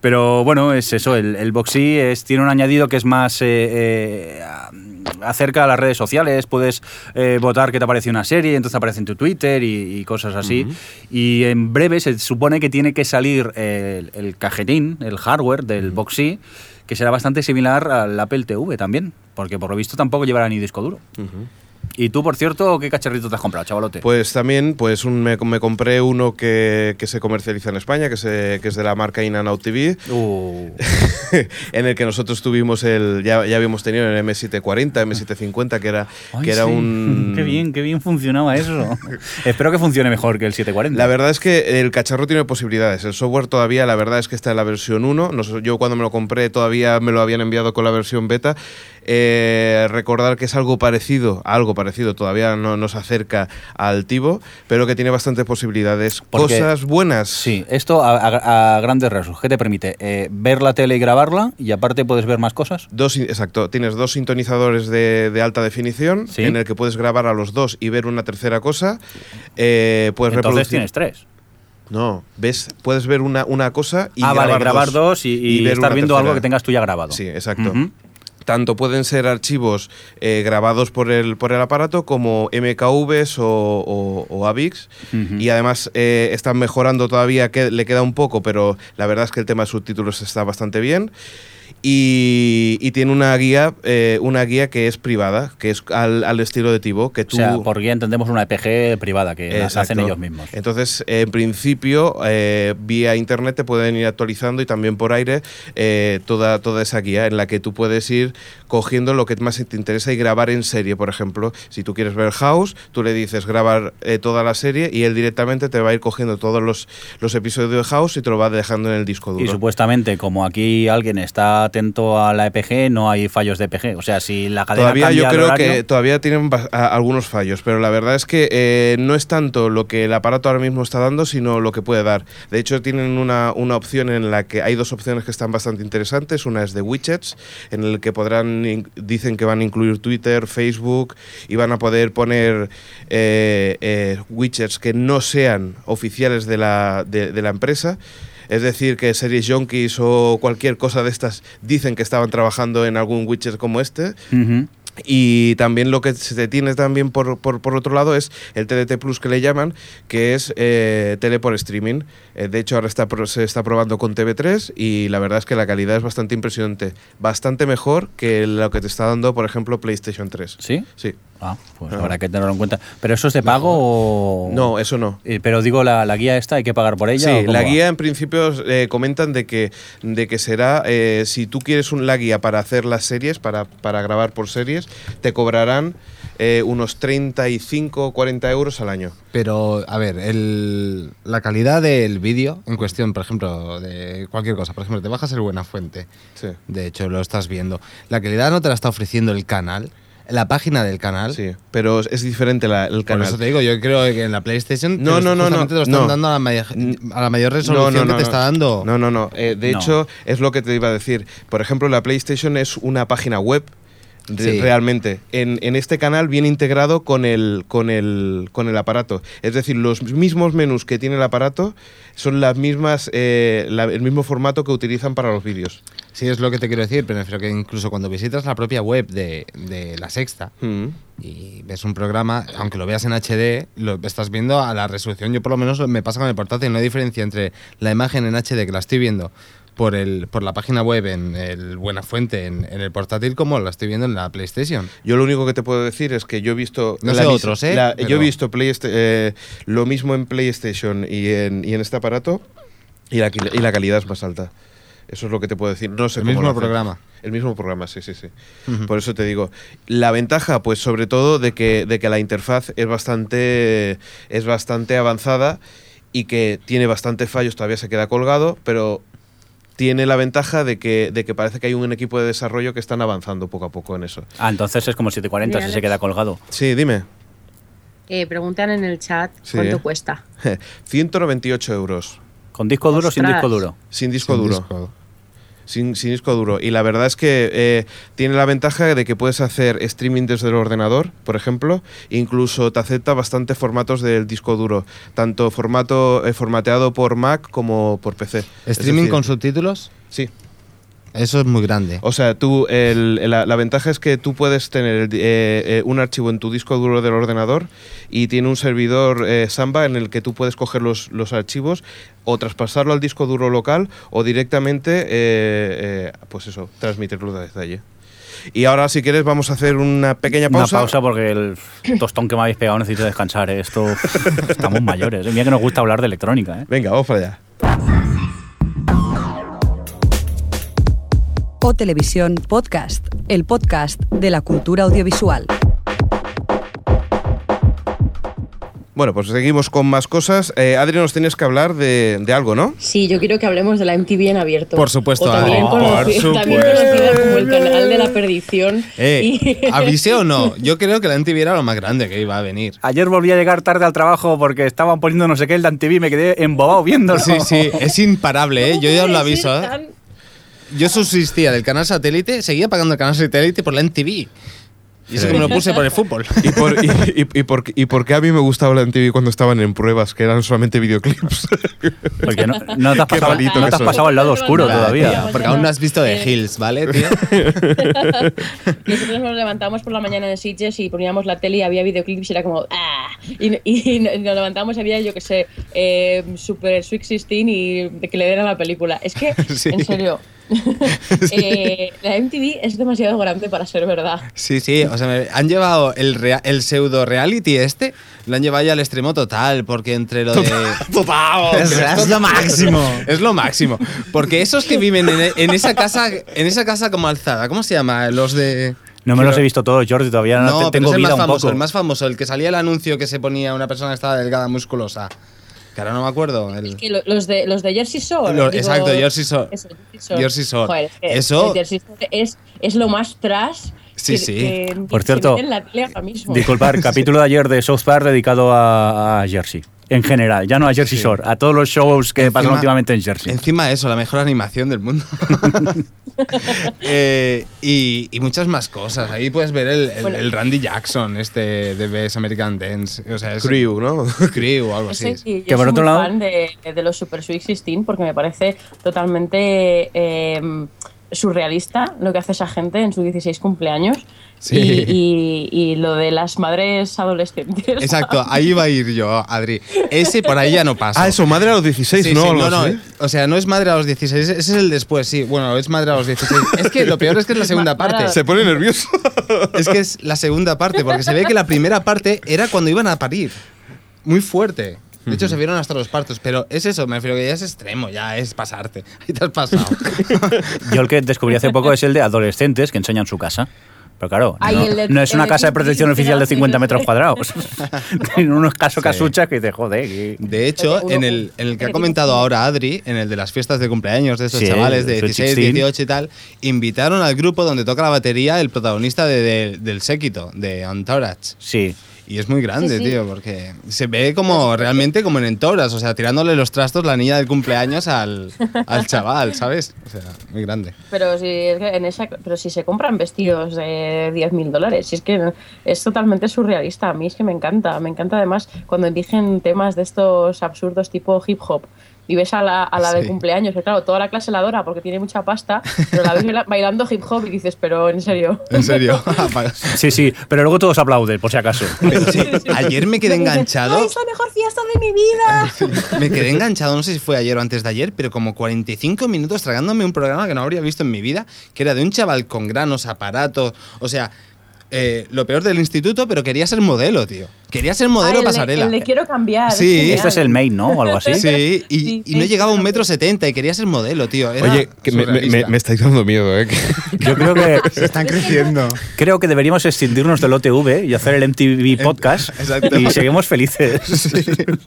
Pero bueno, es eso, el, el Boxy es, tiene un añadido que es más eh, eh, a- acerca a las redes sociales, puedes eh, votar que te aparece una serie, y entonces aparece en tu Twitter y, y cosas así. Y en breve se supone que tiene que salir el, el cajetín, el hardware del Boxy, que será bastante similar al Apple TV también, porque por lo visto tampoco llevará ni disco duro. ¿Y tú, por cierto, qué cacharrito te has comprado, chavalote?
Pues también, pues un- me, me compré uno que, que se comercializa en España, que, se- que es de la marca Inanout TV,
Uh,
[LAUGHS] en el que nosotros tuvimos el, ya, ya habíamos tenido el M740, M750, que era,
ay,
que era
sí.
un...
[LAUGHS] Qué bien, qué bien funcionaba [LAUGHS] eso. Espero que funcione mejor que el 740.
La verdad es que el cacharro tiene posibilidades. El software todavía, la verdad es que está en la versión 1. Nos- Yo cuando me lo compré todavía me lo habían enviado con la versión beta. Eh, recordar que es algo parecido, algo parecido, todavía no nos acerca al Tivo, pero que tiene bastantes posibilidades.
Porque-
Cosas buenas.
Sí, esto a, a- a grandes rasgos. ¿Qué te permite? Eh, ver la tele y grabarla y aparte puedes ver más cosas.
Dos, exacto, tienes dos sintonizadores de, de alta definición
Sí.
en el que puedes grabar a los dos y ver una tercera cosa. Eh, puedes
Entonces
reproducir.
tienes tres.
No, ves, puedes ver una, una cosa y
ah,
grabar
vale, grabar dos, y, y
ver
estar
una
viendo algo
tercera.
que tengas tú ya grabado.
Sí, exacto.
Ujú.
Tanto pueden ser archivos eh, grabados por el, por el aparato como MKVs o, o- o AVIX.
Ujú.
Y además eh, están mejorando todavía, que le queda un poco, pero la verdad es que el tema de subtítulos está bastante bien. Y, y tiene una guía eh, una guía que es privada, que es al, al estilo de Tivo, que tú...
O sea, por guía entendemos una EPG privada que las hacen
Exacto.
ellos mismos.
Entonces, en principio, eh, vía internet te pueden ir actualizando y también por aire eh, toda, toda esa guía en la que tú puedes ir cogiendo lo que más te interesa y grabar en serie, por ejemplo. Si tú quieres ver House, tú le dices grabar eh, toda la serie y él directamente te va a ir cogiendo todos los, los episodios de House y te lo va dejando en el disco duro.
Y supuestamente, como aquí alguien está atento a la EPG, no hay fallos de EPG. O sea, si la cadena
Todavía
cambia
yo
el
creo
horario-
que todavía tienen bas- a- algunos fallos, pero la verdad es que eh, no es tanto lo que el aparato ahora mismo está dando, sino lo que puede dar. De hecho, tienen una, una opción en la que hay dos opciones que están bastante interesantes. Una es de widgets, en el que podrán, in- dicen que van a incluir Twitter, Facebook y van a poder poner eh, eh, widgets que no sean oficiales de la, de- de la empresa. Es decir, que series junkies o cualquier cosa de estas dicen que estaban trabajando en algún widget como este.
Ujú.
Y también lo que se tiene también por, por, por otro lado es el TDT Plus que le llaman, que es eh, tele por streaming. Eh, de hecho, ahora está, pro- se está probando con TV3 y la verdad es que la calidad es bastante impresionante. Bastante mejor que lo que te está dando, por ejemplo, PlayStation 3.
¿Sí?
Sí.
Ah, pues
Ah.
habrá que tenerlo en cuenta. ¿Pero eso es de pago o...?
No, eso no.
Eh, pero digo, la, la guía esta, ¿hay que pagar por ella? o
Sí,
cómo
la
va?
guía en principio eh, comentan de que, de que será, eh, si tú quieres un, la guía para hacer las series, para, para grabar por series, te cobrarán eh, unos 35 40 euros al año.
Pero, a ver, el- la calidad del vídeo en cuestión, por ejemplo, de cualquier cosa, por ejemplo, te bajas el Buenafuente,
Sí.
de hecho lo estás viendo, la calidad no te la está ofreciendo el canal, la página del canal.
Sí, pero es diferente la- el
Por
canal.
eso te digo, yo creo que en la PlayStation
No,
te lo-
no, no,
justamente
no,
te lo están
no.
dando a la, mayor, a la mayor resolución que te está dando.
No, no, no. Eh, de
No.
hecho, es lo que te iba a decir. Por ejemplo, la PlayStation es una página web. re-
Sí.
Realmente, en, en este canal viene integrado con el, con, el, con el aparato. Es decir, los mismos menús que tiene el aparato son las mismas, eh, la- el mismo formato que utilizan para los vídeos.
Sí, es lo que te quiero decir, pero me refiero que incluso cuando visitas la propia web de, de La Sexta
Mm.
y ves un programa, aunque lo veas en HD, lo estás viendo a la resolución. Yo por lo menos me pasa con el portátil, no hay diferencia entre la imagen en HD que la estoy viendo por, el, por la página web en el Buenafuente, en, en el portátil, como la estoy viendo en la PlayStation.
Yo lo único que te puedo decir es que yo he visto.
No sé
mis-
otros, ¿eh?
la- Yo
Pero-
he visto Playsta- eh, lo mismo en PlayStation y en, y en este aparato y la, quil- y la calidad es más alta. Eso es lo que te puedo decir. No sé
El
cómo lo
mismo
hacen.
programa.
El mismo programa, sí, sí, sí. Por eso te digo. La ventaja, pues sobre todo, de que, de que la interfaz es bastante, es bastante avanzada y que tiene bastantes fallos, todavía se queda colgado, pero tiene la ventaja de que, de que parece que hay un equipo de desarrollo que están avanzando poco a poco en eso.
Ah, entonces es como el 740,
Mira,
si se
Alex.
queda colgado.
Sí, dime.
Eh, preguntan en el chat
Sí,
cuánto
eh.
cuesta.
198 euros.
¿Con disco duro o sin
Ostras.
disco duro?
Sin disco
Sin
duro.
disco.
Sin, sin disco duro. Y la verdad es que eh, tiene la ventaja de que puedes hacer streaming desde el ordenador, por ejemplo. e Incluso te acepta bastantes formatos del disco duro. Tanto formato eh, formateado por Mac como por PC. Es
¿Streaming
decir,
con subtítulos?
Sí.
Eso es muy grande.
O sea, tú, el- la, la ventaja es que tú puedes tener el di- eh, eh, un archivo en tu disco duro del ordenador y tiene un servidor eh, Samba en el que tú puedes coger los, los archivos o traspasarlo al disco duro local o directamente, eh, eh, pues eso, transmitirlo desde allí. Y ahora, si quieres, vamos a hacer una pequeña pausa.
Una pausa porque el tostón que me habéis pegado necesito descansar. ¿eh? Esto [LAUGHS] estamos mayores. Mira que nos gusta hablar de electrónica. ¿eh?
Venga, vamos para allá.
O Televisión Podcast, el podcast de la cultura audiovisual.
Bueno, pues seguimos con más cosas. Eh, Adri, nos tienes que hablar de, de algo, ¿no?
Sí, yo quiero que hablemos de la MTV en abierto.
Por supuesto,
O también
Adri,
conoci-
por
[LAUGHS] también
supuesto.
conocida como el canal de la perdición.
Eh,
Y-
¿Avise o no? Yo creo que la MTV era lo más grande que iba a venir.
Ayer volví a llegar tarde al trabajo porque estaban poniendo no sé qué el DanTV y me quedé embobado viéndolo.
Sí, sí, es imparable, ¿eh? Yo ya os lo
¿Cómo puede ser
aviso, ¿eh?
tan-
Yo subsistía del canal satélite, seguía pagando el canal satélite por la MTV. Y eso que me lo puse por el fútbol.
¿Y por, y, y- y por, y por qué a mí me gustaba la MTV cuando estaban en pruebas, que eran solamente [LAUGHS] videoclips?
Porque no, no te has
Qué
pasado,
rarito
no
que
te has
soy.
pasado al lado oscuro
Bah,
todavía.
tío, porque aún no has visto The Hills, ¿vale, tío?
Nosotros nos levantamos por la mañana en Sitges y poníamos la tele y había videoclips y era como ¡ah! Y, y nos levantamos y había, yo que sé, eh, Super Sweet 16 y de que le dieran la película. Es que,
[LAUGHS] Sí.
en serio, [LAUGHS] eh, la MTV es demasiado grande para ser verdad.
Sí, sí, o sea, me- han llevado el, rea- el pseudo reality este, lo han llevado ya al extremo total, porque entre lo de. Oh,
Es, es
[LAUGHS]
lo máximo.
Es lo máximo. Porque esos que viven en, e, en esa casa, en esa casa como alzada, ¿cómo se llama? Los de.
No me los he visto todos, Jordi, todavía no,
pero
te- tengo
es el
vida
más
un
famoso,
poco.
el más famoso, el que salía el anuncio que se ponía una persona que estaba delgada, musculosa. Que ahora no me acuerdo. el-
Que lo- los, de, los de Jersey Shore.
Lo-
digo,
exacto, Jersey Shore.
eso,
Jersey Shore.
Joder, es que
Eso-
el Jersey Shore es, es lo más trash.
Sí,
que-
sí.
que
Por
se
cierto,
mete en la tele ahora mismo.
[LAUGHS]
Disculpar, capítulo de ayer de South Park dedicado a, a Jersey. En general, ya no a Jersey
Sí.
Shore, a todos los shows que
Encima-
pasan últimamente en Jersey.
Encima de eso, la mejor animación del mundo. Eh, y, y muchas más cosas. Ahí puedes ver el, el-
Bueno.
el Randy Jackson, este de Best American Dance. O sea, es
Crew, ¿no?
Crew o algo
Eso,
así.
y yo
Que por
soy
otro
muy
lado-
fan de, de los Super Sweet 16 porque me parece totalmente eh, surrealista lo que hace esa gente en sus 16 cumpleaños
Sí.
y, y- y lo de las madres adolescentes. [LAUGHS]
Exacto, ahí va a ir yo, Adri. Ese por ahí ya no pasa.
Ah, eso, madre a los 16,
Sí,
¿no?
sí,
Algo
no, eh. no,
así.
O sea, no es madre a los 16, ese es el después, sí. Bueno, es madre a los 16. Es que lo peor es que es la segunda
Madre a
parte.
los-
Se pone nervioso.
Es que es la segunda parte, porque se ve que la primera parte era cuando iban a parir. Muy fuerte. De hecho, se vieron hasta los partos, pero es eso, me refiero que ya es extremo, ya es pasarte. [LAUGHS] Ahí te has
[LAUGHS]
pasado.
Yo el que descubrí hace poco es el de adolescentes que enseñan su casa. Pero claro,
Ay,
no,
el de-
no es
el
una
de
casa de
Tim
protección
Tim
oficial de
Fernández,
50
no
metros
sé.
cuadrados. [LAUGHS] en unos casos
Sí.
casuchas que dices, joder. que-
De hecho, en el, en el que ha comentado ahora Adri, en el de las fiestas de cumpleaños de esos
Sí,
chavales de
de esos
16,
16.
18 y tal, invitaron al grupo donde toca la batería el protagonista de- de- del séquito, de Entourage.
Sí.
Y es muy grande,
Sí, Pues, sí.
tío, porque se ve como realmente como en entoras, o sea, tirándole los trastos la niña del cumpleaños al,
[LAUGHS]
al chaval, ¿sabes? O sea, muy grande.
Pero si, es que en esa, pero si se compran vestidos de 10.000 dólares, si es que es totalmente surrealista, a mí es que me encanta, me encanta además cuando eligen temas de estos absurdos tipo hip hop. Y ves a la, a la de
Sí.
cumpleaños, que claro, toda la clase la adora porque tiene mucha pasta, pero la
[LAUGHS]
ves baila- bailando hip hop y dices, pero en serio. [LAUGHS]
En serio.
Sí, sí, pero luego todos aplauden, por si acaso.
ayer me quedé enganchado.
¡Ay, es la mejor fiesta de mi
[LAUGHS]
vida!
Me quedé enganchado, no sé si fue ayer o antes de ayer, pero como 45 minutos tragándome un programa que no habría visto en mi vida, que era de un chaval con granos, aparatos, o sea, eh, lo peor del instituto, pero quería ser modelo, tío. Quería ser modelo
Ay, Ah, el de-
pasarela.
el de quiero cambiar.
Sí,
genial.
Este es el main, ¿no? O algo así.
Sí, y,
Sí,
y no
sí,
llegaba a un
sí.
metro setenta y quería ser modelo, tío. Era
Oye, que me, me- me-
surrealista.
me estáis dando miedo, ¿eh?
Yo creo
[LAUGHS]
que,
Están
[LAUGHS]
creciendo.
creo que deberíamos extinguirnos del OTV y hacer
[LAUGHS]
el MTV podcast
Em, Exacto.
y seguimos felices.
[LAUGHS]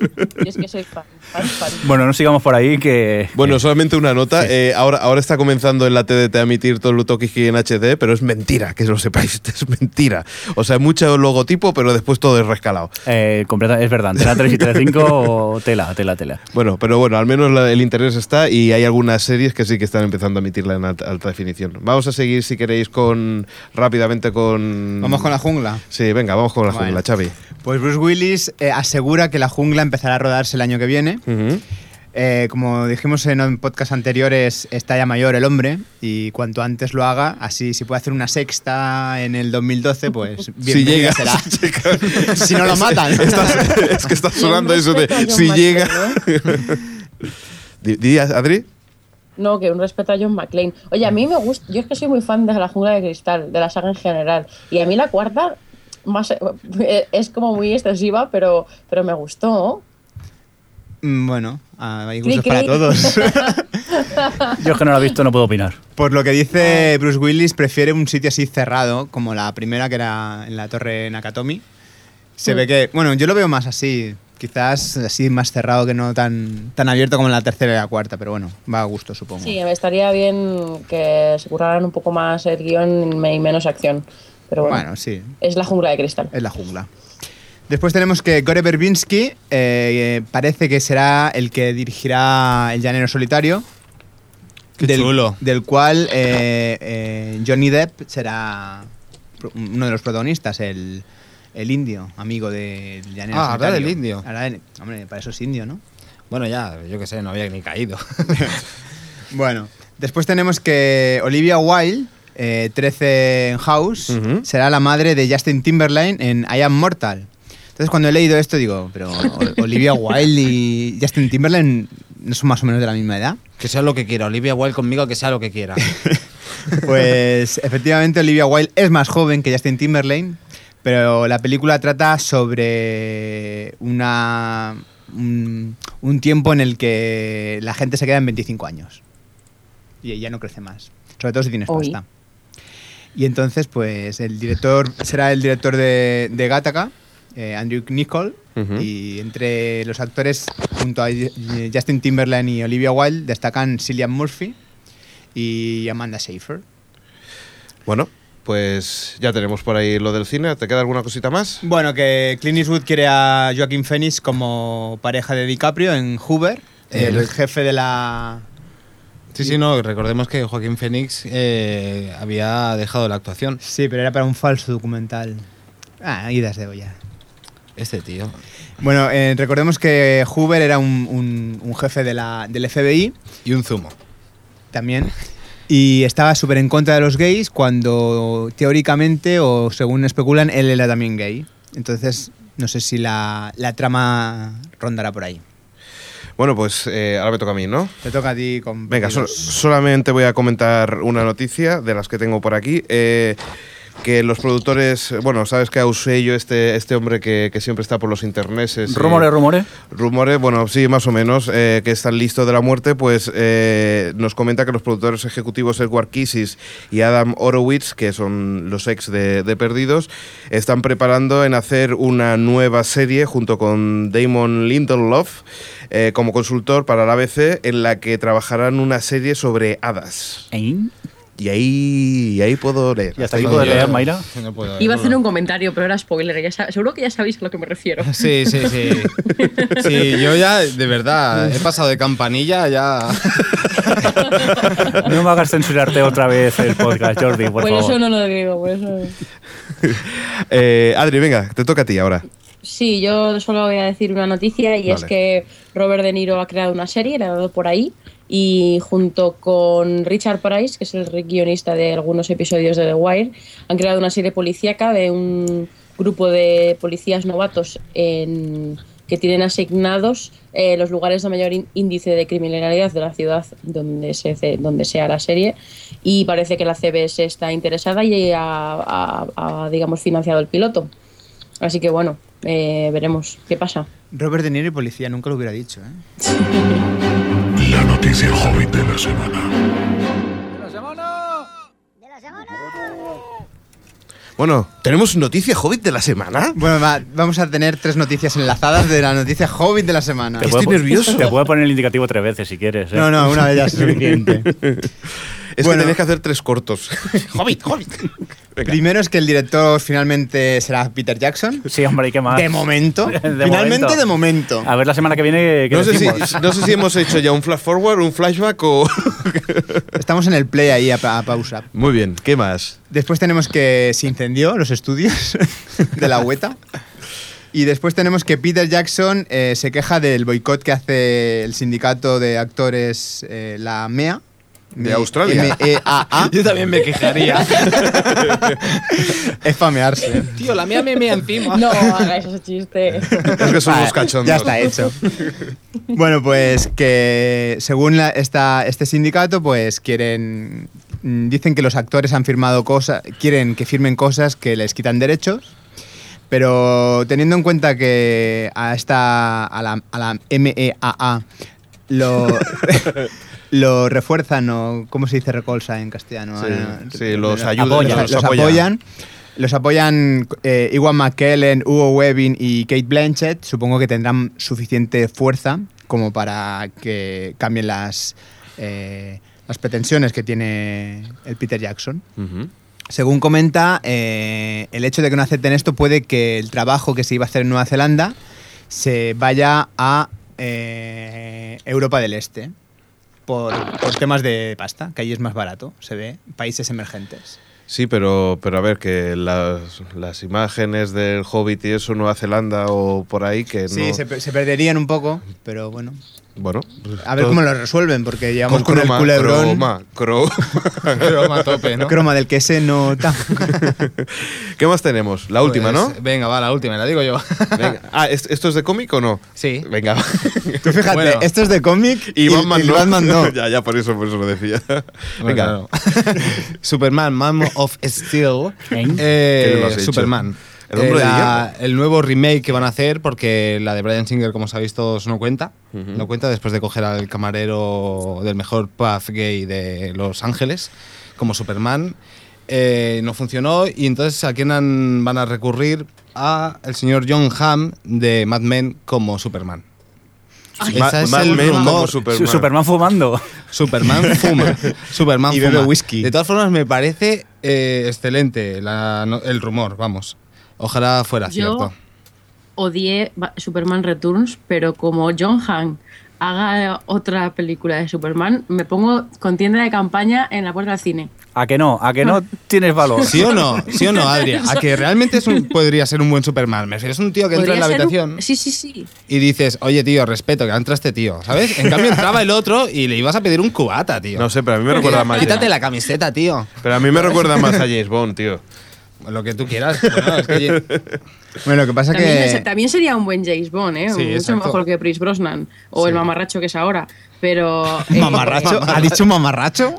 Y es que soy fan, fan, fan.
Bueno, no sigamos por ahí que...
[LAUGHS] Bueno, solamente una nota. Eh, ahora, ahora está comenzando en la TDT a emitir todo el Utokiji en HD, pero es mentira, que lo sepáis, [LAUGHS] es mentira. O sea, mucho logotipo, pero después todo es rescalado.
Eh, completa- es verdad, Antena 3 y Telecinco, tela, tela, tela.
Bueno, pero bueno, al menos la- el interés está y hay algunas series que sí que están empezando a emitirla en alta, alta definición. Vamos a seguir, si queréis, con rápidamente con...
Vamos con la jungla.
Sí, venga, vamos con la
Vale.
jungla,
[LAUGHS]
Xavi.
Pues Bruce Willis eh, asegura que la jungla empezará a rodarse el año que viene.
Ujú.
Eh, como dijimos en un podcast anteriores, está ya mayor el hombre y cuanto antes lo haga, así si puede hacer una sexta en el
[LAUGHS]
2012, pues bien
llega.
será. si no lo matan.
[LAUGHS] Estás- es que está sonando eso de
Siempre está
si
John
llega...
Maxwell, ¿no?
Di- di, Adri?
No, que un respeto a John McClane. Oye, a mí me gusta, yo es que soy muy fan de La Jungla de Cristal, de la saga en general. Y a mí la cuarta más, eh, es como muy excesiva, pero, pero me gustó.
Mm, Bueno, ah, hay gustos
Cri,
para
cri.
todos.
Yo es que no lo he visto, no puedo opinar.
Por lo que
Ah.
dice Bruce Willis, prefiere un sitio así cerrado, como la primera que era en la torre Nakatomi. Se
Mm.
ve que, bueno, yo lo veo más así, quizás así más cerrado que no tan, tan abierto como en la tercera y la cuarta, pero bueno, va a gusto, supongo.
Sí, me estaría bien que se curraran un poco más el guión y menos acción. Pero bueno,
bueno, sí,
es La Jungla de Cristal.
es la jungla. Después tenemos que Gore Verbinski eh, parece que será el que dirigirá El Llanero Solitario.
Qué
del,
chulo.
del cual eh, eh, Johnny Depp será pro- uno de los protagonistas, el, el indio, amigo del Llanero
Ah, habrá
Solitario.
del indio.
Habrá del- hombre, para eso es indio, ¿no?
Bueno, ya, yo qué sé, no había ni caído. [LAUGHS]
Bueno, después tenemos que Olivia Wilde, eh, 13 en House,
Ujú.
será la madre de Justin Timberlane en I Am Mortal. Entonces, cuando he leído esto, digo, pero o- Olivia Wilde y Justin Timberlane no son más o menos de la misma edad.
que sea lo que quiera, Olivia Wilde conmigo, que sea lo que quiera.
Pues efectivamente, Olivia Wilde es más joven que Justin Timberlane, pero la película trata sobre una, un, un tiempo en el que la gente se queda en 25 años y ella no crece más, sobre todo si tienes
Uy.
pasta. Y entonces, pues el director será el director de, de Gattaca, eh, Andrew Nichol,
Ujú.
y entre los actores, junto a eh, Justin Timberlane y Olivia Wilde, destacan Cillian Murphy y Amanda Seyfried.
Bueno, pues ya tenemos por ahí lo del cine. ¿Te queda alguna cosita más?
Bueno, que Clint Eastwood quiere a Joaquín Phoenix como pareja de DiCaprio en Hoover, el,
El-
jefe de la...
Sí, sí, no, recordemos que Joaquín Phoenix eh, había dejado la actuación.
Sí, pero era para un falso documental. Ah, idas de olla.
Este tío.
Bueno, eh, recordemos que Hoover era un, un- un jefe de la, del FBI
Y un zumo.
también y estaba súper en contra de los gays cuando teóricamente o según especulan él era también gay. Entonces, no sé si la, la trama rondará por ahí.
Bueno, pues eh, ahora me toca a mí, ¿no?
Te toca a ti con...
Venga, so-
los-
solamente voy a comentar una noticia de las que tengo por aquí. eh, que los productores, bueno, sabes que Ausello, este, este hombre que, que siempre está por los interneses. eh, y-
Rumore, rumore.
Rumores, bueno, sí, más o menos, eh, que están listos de la muerte, pues eh, nos comenta que los productores ejecutivos Edward Kissis y Adam Horowitz, que son los ex de, de Perdidos, están preparando en hacer una nueva serie junto con Damon Lindelof eh, como consultor para la ABC, en la que trabajarán una serie sobre hadas. Y ahí, y ahí puedo leer.
Y hasta aquí puedo
Yo-
leer, Mayra.
No puedo.
Iba a hacer un comentario, pero era spoiler. ya sab- seguro que ya sabéis a lo que me refiero.
Sí, sí, sí. Sí, yo ya, de verdad, he pasado de campanilla ya.
No me hagas censurarte otra vez el podcast, Jordi, por
Por Pues eso
favor.
no lo digo, por eso.
Eh, Adri, venga, te toca a ti ahora.
Sí, yo solo voy a decir una noticia y es
Vale.
que Robert De Niro ha creado una serie, la ha dado por ahí, y junto con Richard Price, que es el re- guionista de algunos episodios de The Wire, han creado una serie policíaca de un grupo de policías novatos en- que tienen asignados eh, los lugares de mayor ín- índice de criminalidad de la ciudad donde se ce- donde sea la serie y parece que la CBS está interesada y ha- ha- ha digamos financiado el piloto. Así que bueno, eh, veremos qué pasa.
Robert De Niro y policía, nunca lo hubiera dicho, ¿eh?
La noticia hobbit de la semana.
Bueno, ¿tenemos noticia Hobbit de la semana?
Bueno, va, vamos a tener tres noticias enlazadas de la noticia Hobbit de la semana.
Te puedo
Estoy
po-
nervioso.
Te puedo poner el indicativo tres veces si quieres. ¿eh?
No, no, una
[LAUGHS]
de ellas es suficiente.
Es
Bueno.
que tenés que hacer tres
[LAUGHS]
cortos. Hobbit, Hobbit. Venga.
Primero es que el director finalmente será Peter Jackson.
Sí, hombre, ¿y qué más?
De
[LAUGHS]
momento.
De
finalmente
momento.
de momento.
A ver la semana que viene qué
No sé, si,
decimos.
no sé si hemos hecho ya un flash forward, un flashback
[LAUGHS]
o.
Estamos en el play ahí a, pa- a pausa.
Muy bien, ¿qué más?
Después tenemos que se incendió los estudios [LAUGHS] de la hueta. Y después tenemos que Peter Jackson eh, se queja del boicot que hace el sindicato de actores, eh, la MEA,
de Australia.
E
[LAUGHS]
M-E-A-A.
Yo también me quejaría.
[LAUGHS] es famearse.
Tío, la mía me mea encima.
[LAUGHS] No hagáis ese chiste.
es que son
Vale,
unos cachondos.
Ya está hecho. bueno, pues que según la- esta, este sindicato, pues quieren. mm, Dicen que los actores han firmado cosas. Quieren que firmen cosas que les quitan derechos. Pero teniendo en cuenta que a esta. a la, a la MEAA
[LAUGHS]
lo. Lo refuerzan o ¿cómo se dice recolsa en castellano?
Sí,
Ahora-
sí, los ayudan,
apoyan,
los
los
apoyan.
apoyan. Los apoyan eh, Iwan McKellen, Hugo Webbing y Kate Blanchett. Supongo que tendrán suficiente fuerza como para que cambien las, eh, las pretensiones que tiene el Peter Jackson.
Ujú.
Según comenta, eh, el hecho de que no acepten esto puede que el trabajo que se iba a hacer en Nueva Zelanda se vaya a eh, Europa del Este por, por temas de pasta, que allí es más barato, se ve, países emergentes.
Sí, pero, pero a ver, que las, las imágenes del Hobbit y eso, Nueva Zelanda o por ahí,
Eh,
que
Sí,
no.
se, pe- se perderían un poco, pero bueno.
Bueno,
A ver
todo-
cómo lo resuelven, porque llevamos
con
con,
croma,
el culebrón.
croma, croma.
Croma a tope, ¿no?
[LAUGHS] croma del que
[LAUGHS]
se nota.
[LAUGHS] ¿Qué más tenemos? La última, ¿no?
Pues, Venga, va, la última, la digo yo.
[LAUGHS]
Venga. Ah, ¿est- ¿esto es de cómic o no?
Sí.
Venga.
Tú
[LAUGHS]
fíjate,
Bueno.
esto es de cómic y,
Y Batman
y
no.
Batman
[LAUGHS]
no.
ya, ya, por eso, por eso lo decía. Venga.
Bueno, claro. [LAUGHS] Superman, Man of Steel.
¿Eh?
Eh,
¿Qué lo has hecho?
Superman. Eh,
El hombre de
la- el nuevo remake que van a hacer, porque la de Brian Singer, como sabéis todos, no cuenta.
Ujú.
No cuenta después de coger al camarero del mejor pub gay de Los Ángeles como Superman. Eh, no funcionó y entonces a quién han- van a recurrir a el señor John Hamm de Mad Men como Superman.
Ma-
Ese es
Mad
el
Men como
rumor.
Superman.
Su- Superman fumando.
[LAUGHS]
Superman fuma. Superman
Y
fuma.
bebe whisky.
De todas formas, me parece eh, excelente la no- el rumor, vamos. Ojalá fuera
Yo-
cierto.
Odié Ba- Superman Returns, pero como John Han haga otra película de Superman, me pongo con tienda de campaña en la puerta del cine.
¿A que no? ¿A que no tienes valor?
¿Sí o no? ¿Sí o no, Adri? A que realmente es un- podría ser un buen Superman. Me refiero, es un tío que entra en la
Podría ser un-
habitación
Sí, sí, sí.
y dices, oye, tío, respeto, que entra este tío, ¿sabes? En cambio, entraba el otro y le ibas a pedir un cubata, tío.
No sé, pero a mí me recuerda más.
Quítate la camiseta, tío.
Pero a mí me
[LAUGHS]
recuerda más a James Bond, tío.
Lo que tú quieras. Bueno,
[LAUGHS]
es que-
Bueno, lo que pasa
También,
que.
se- también sería un buen James Bond, ¿eh?
Sí,
Mucho
exacto.
mejor que Chris Brosnan o el mamarracho que es ahora. Pero. eh,
¿Mamarracho? ¿Ha dicho mamarracho?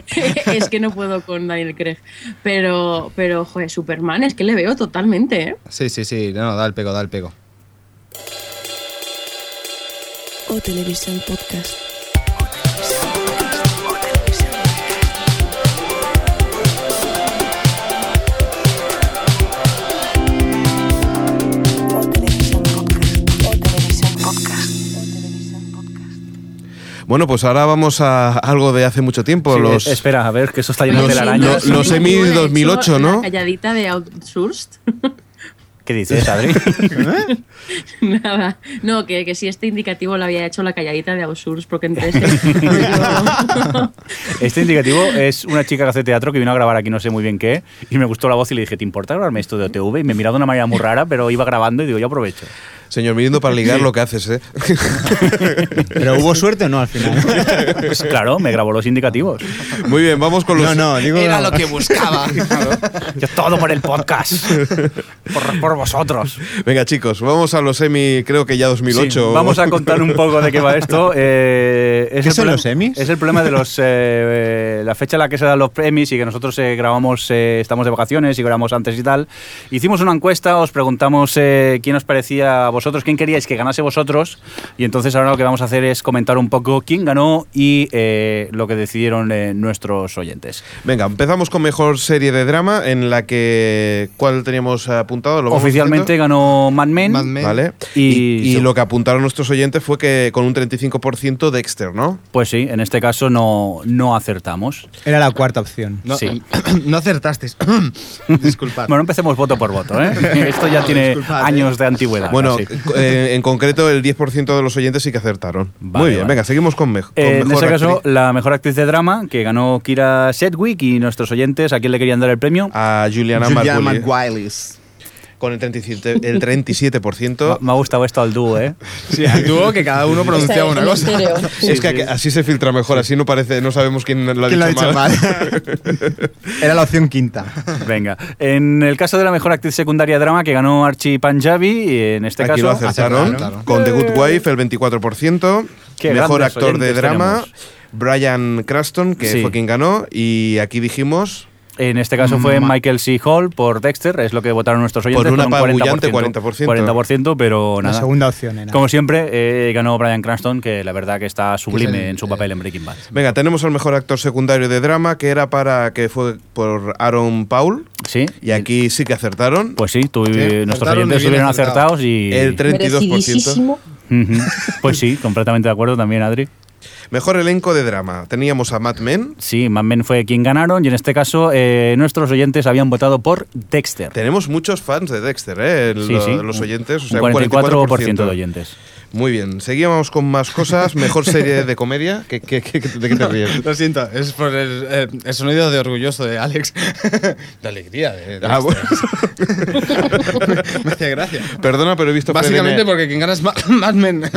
[LAUGHS] es que no puedo con Daniel Craig. Pero, pero, joder, Superman es que le veo totalmente, ¿eh?
Sí, sí, sí. No, da el pego, da el pego.
O Televisión Podcast.
Bueno, pues ahora vamos a algo de hace mucho tiempo.
Sí,
los...
eh, Espera, a ver, que eso está lleno
Los-
de
lo-
telarañas.
los- los Emmy 2008, ¿no?
La calladita de Outsourced. [LAUGHS]
¿Qué dices, Adri?
Nada. No, que, que si este indicativo lo había hecho la calladita de Outsourced,
[LAUGHS]
porque entre ese rollo-
Este indicativo es una chica que hace teatro que vino a grabar aquí no sé muy bien qué y me gustó la voz y le dije, ¿te importa grabarme esto de OTV? Y me miraba de una manera muy rara, pero iba grabando y digo, yo aprovecho.
Señor, midiendo para ligar lo que haces, ¿eh?
¿Pero hubo suerte o no al final?
Pues claro, me grabó los indicativos.
Muy bien, vamos con los.
No, no, digo.
Era lo que buscaba.
Yo todo por el podcast. Por, por vosotros.
Venga, chicos, vamos a los semi, creo que ya 2008.
Sí, vamos a contar un poco de qué va
[LAUGHS]
esto. Eh, es
¿Qué
el
son
problema-
los Emmys?
Es el problema de
[LAUGHS]
los eh, eh, la fecha en la que se dan los Emmys y que nosotros eh, grabamos, eh, estamos de vacaciones y grabamos antes y tal. Hicimos una encuesta, os preguntamos eh, quién os parecía a vosotros, quién queríais que ganase vosotros. Y entonces ahora lo que vamos a hacer es comentar un poco quién ganó y eh, lo que decidieron eh, nuestros oyentes.
[LAUGHS] Venga, empezamos con mejor serie de drama, en la que. ¿Cuál teníamos apuntado? ¿Lo vamos
Oficialmente
diciendo?
ganó Mad Men.
Mad Men.
Vale.
Y-
Y, y lo que apuntaron nuestros oyentes fue que con un 35% Dexter, ¿no?
Pues sí, en este caso no, no acertamos.
Era la cuarta opción.
No,
Sí.
[COUGHS] no acertaste. [COUGHS] Disculpad.
Ah. Bueno, empecemos voto por voto, ¿eh?
[LAUGHS]
[LAUGHS] Esto ya tiene
disculpad, ¿eh?
años de antigüedad.
Bueno,
así.
eh, en concreto el 10% de los oyentes sí que acertaron.
Vale,
Muy bien,
vale.
venga, seguimos con, me- con
Eh, en
mejor
ese caso,
actriz.
la mejor actriz de drama que ganó Kira Sedgwick y nuestros oyentes, ¿a quién le querían dar el premio?
a Juliana, Margulies.
Juliana McWiley.
con el 37%. El
[LAUGHS]
37%.
Me ha gustado esto al
[LAUGHS]
dúo, ¿eh?
Sí, al dúo que cada uno pronunciaba
[LAUGHS]
una cosa.
es que así se filtra mejor, así no parece, no sabemos quién lo ha
¿Quién lo ha
dicho
dicho
mal.
mal? Era la opción quinta.
Pues
Venga. En el caso de la mejor actriz secundaria drama que ganó Archie Panjabi, en este
[LAUGHS] Aquí
caso.
lo acertaron.
acertaron.
Con The Good Wife, el 24%.
Qué
mejor
grandes
actor de
oyentes
drama,
tenemos.
Brian Craston, que
Sí.
fue quien ganó. Y aquí dijimos,
En este caso fue Michael C. Hall por Dexter, es lo que votaron nuestros oyentes.
Mm. una
con un
apabullante 40%.
40%, 40%, pero
La
nada.
segunda opción era.
Como siempre, eh, ganó Brian Cranston, que la verdad que está sublime
el,
eh,
en su papel en Breaking Bad.
venga, tenemos al mejor actor secundario de drama, que era para que fue por Aaron Paul.
Sí.
Y aquí sí que acertaron.
Pues sí, tú- nuestros
acertaron
oyentes
y bien
estuvieron
acertados.
acertados y.
el 32%.
Merecidísimo.
[LAUGHS] Ujú. Pues sí, completamente de acuerdo también, Adri.
Mejor elenco de drama. Teníamos a Mad Men.
Sí, Mad Men fue quien ganaron y en este caso eh, nuestros oyentes habían votado por Dexter.
Tenemos muchos fans de Dexter, ¿eh? El-
Sí, sí.
Los oyentes, o
Un
sea, un
44%,
44%.
de oyentes.
Muy bien, seguíamos con más cosas. Mejor serie de comedia.
[LAUGHS]
¿Qué, qué- qué- de qué te ríes?
Lo siento, es por el, eh, el sonido de orgulloso de Alex. de alegría. De, de
Ah,
esto.
[LAUGHS] bueno.
Me hacía gracia.
Perdona, pero he visto
Básicamente
FDN.
porque quien gana es Ma- [LAUGHS] Mad Men.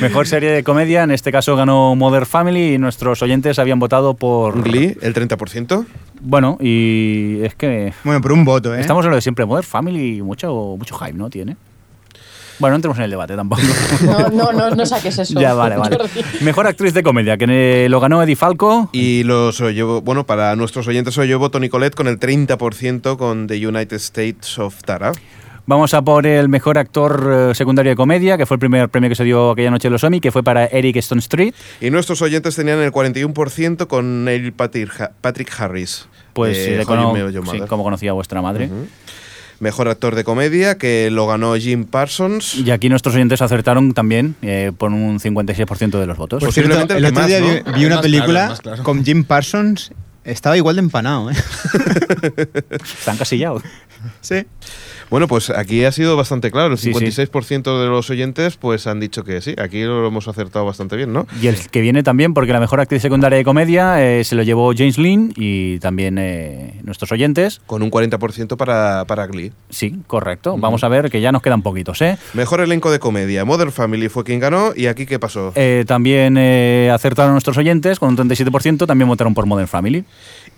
Mejor serie de comedia, en este caso ganó Mother Family y nuestros oyentes habían votado por...
Glee, el 30%.
Bueno, y es que
Bueno, por un voto, ¿eh?
estamos en lo de siempre. Mother Family mucho, mucho hype, ¿no? Tiene. Bueno, no entremos en el debate tampoco.
No, no, no, no saques eso.
[LAUGHS] ya, vale, vale.
Jordi.
Mejor actriz de comedia, que eh, lo ganó Eddie Falco.
Y los eh, llevo, bueno, para nuestros oyentes eh, soy yo, Tony Colette, con el 30% con The United States of Tara.
Vamos a por el mejor actor eh, secundario de comedia, que fue el primer premio que se dio aquella noche en los Emmy, que fue para Eric Stone Street.
Y nuestros oyentes tenían el 41% con Neil Patrick, Ha- Patrick Harris.
Pues
de
sí, le
Eh, How
cono-
You Met Your
sí,
Mother.
como conocía vuestra madre.
Mejor actor de comedia, que lo ganó Jim Parsons.
Y aquí nuestros oyentes acertaron también eh, por un 56% de los votos.
Por cierto,
Posiblemente el
el
que
otro
más,
día
¿no?
vi- vi,
El
una
más
película
claro, el más claro.
con Jim Parsons. Estaba igual
[LAUGHS]
de empanado, ¿eh?
Pues Están casillados.
Sí.
Bueno, pues aquí ha sido bastante claro. El
Sí, sí.
56% de los oyentes pues han dicho que sí. Aquí lo hemos acertado bastante bien, ¿no?
Y el que viene también, porque la mejor actriz secundaria de comedia eh, se lo llevó James Lynn y también eh, nuestros oyentes.
Con un 40% para, para Glee.
Sí, correcto. Vamos a ver que ya nos quedan poquitos, ¿eh?
Mejor elenco de comedia. Mother Family fue quien ganó. ¿Y aquí qué pasó?
Eh, también eh, acertaron nuestros oyentes con un 37%, también votaron por Modern Family.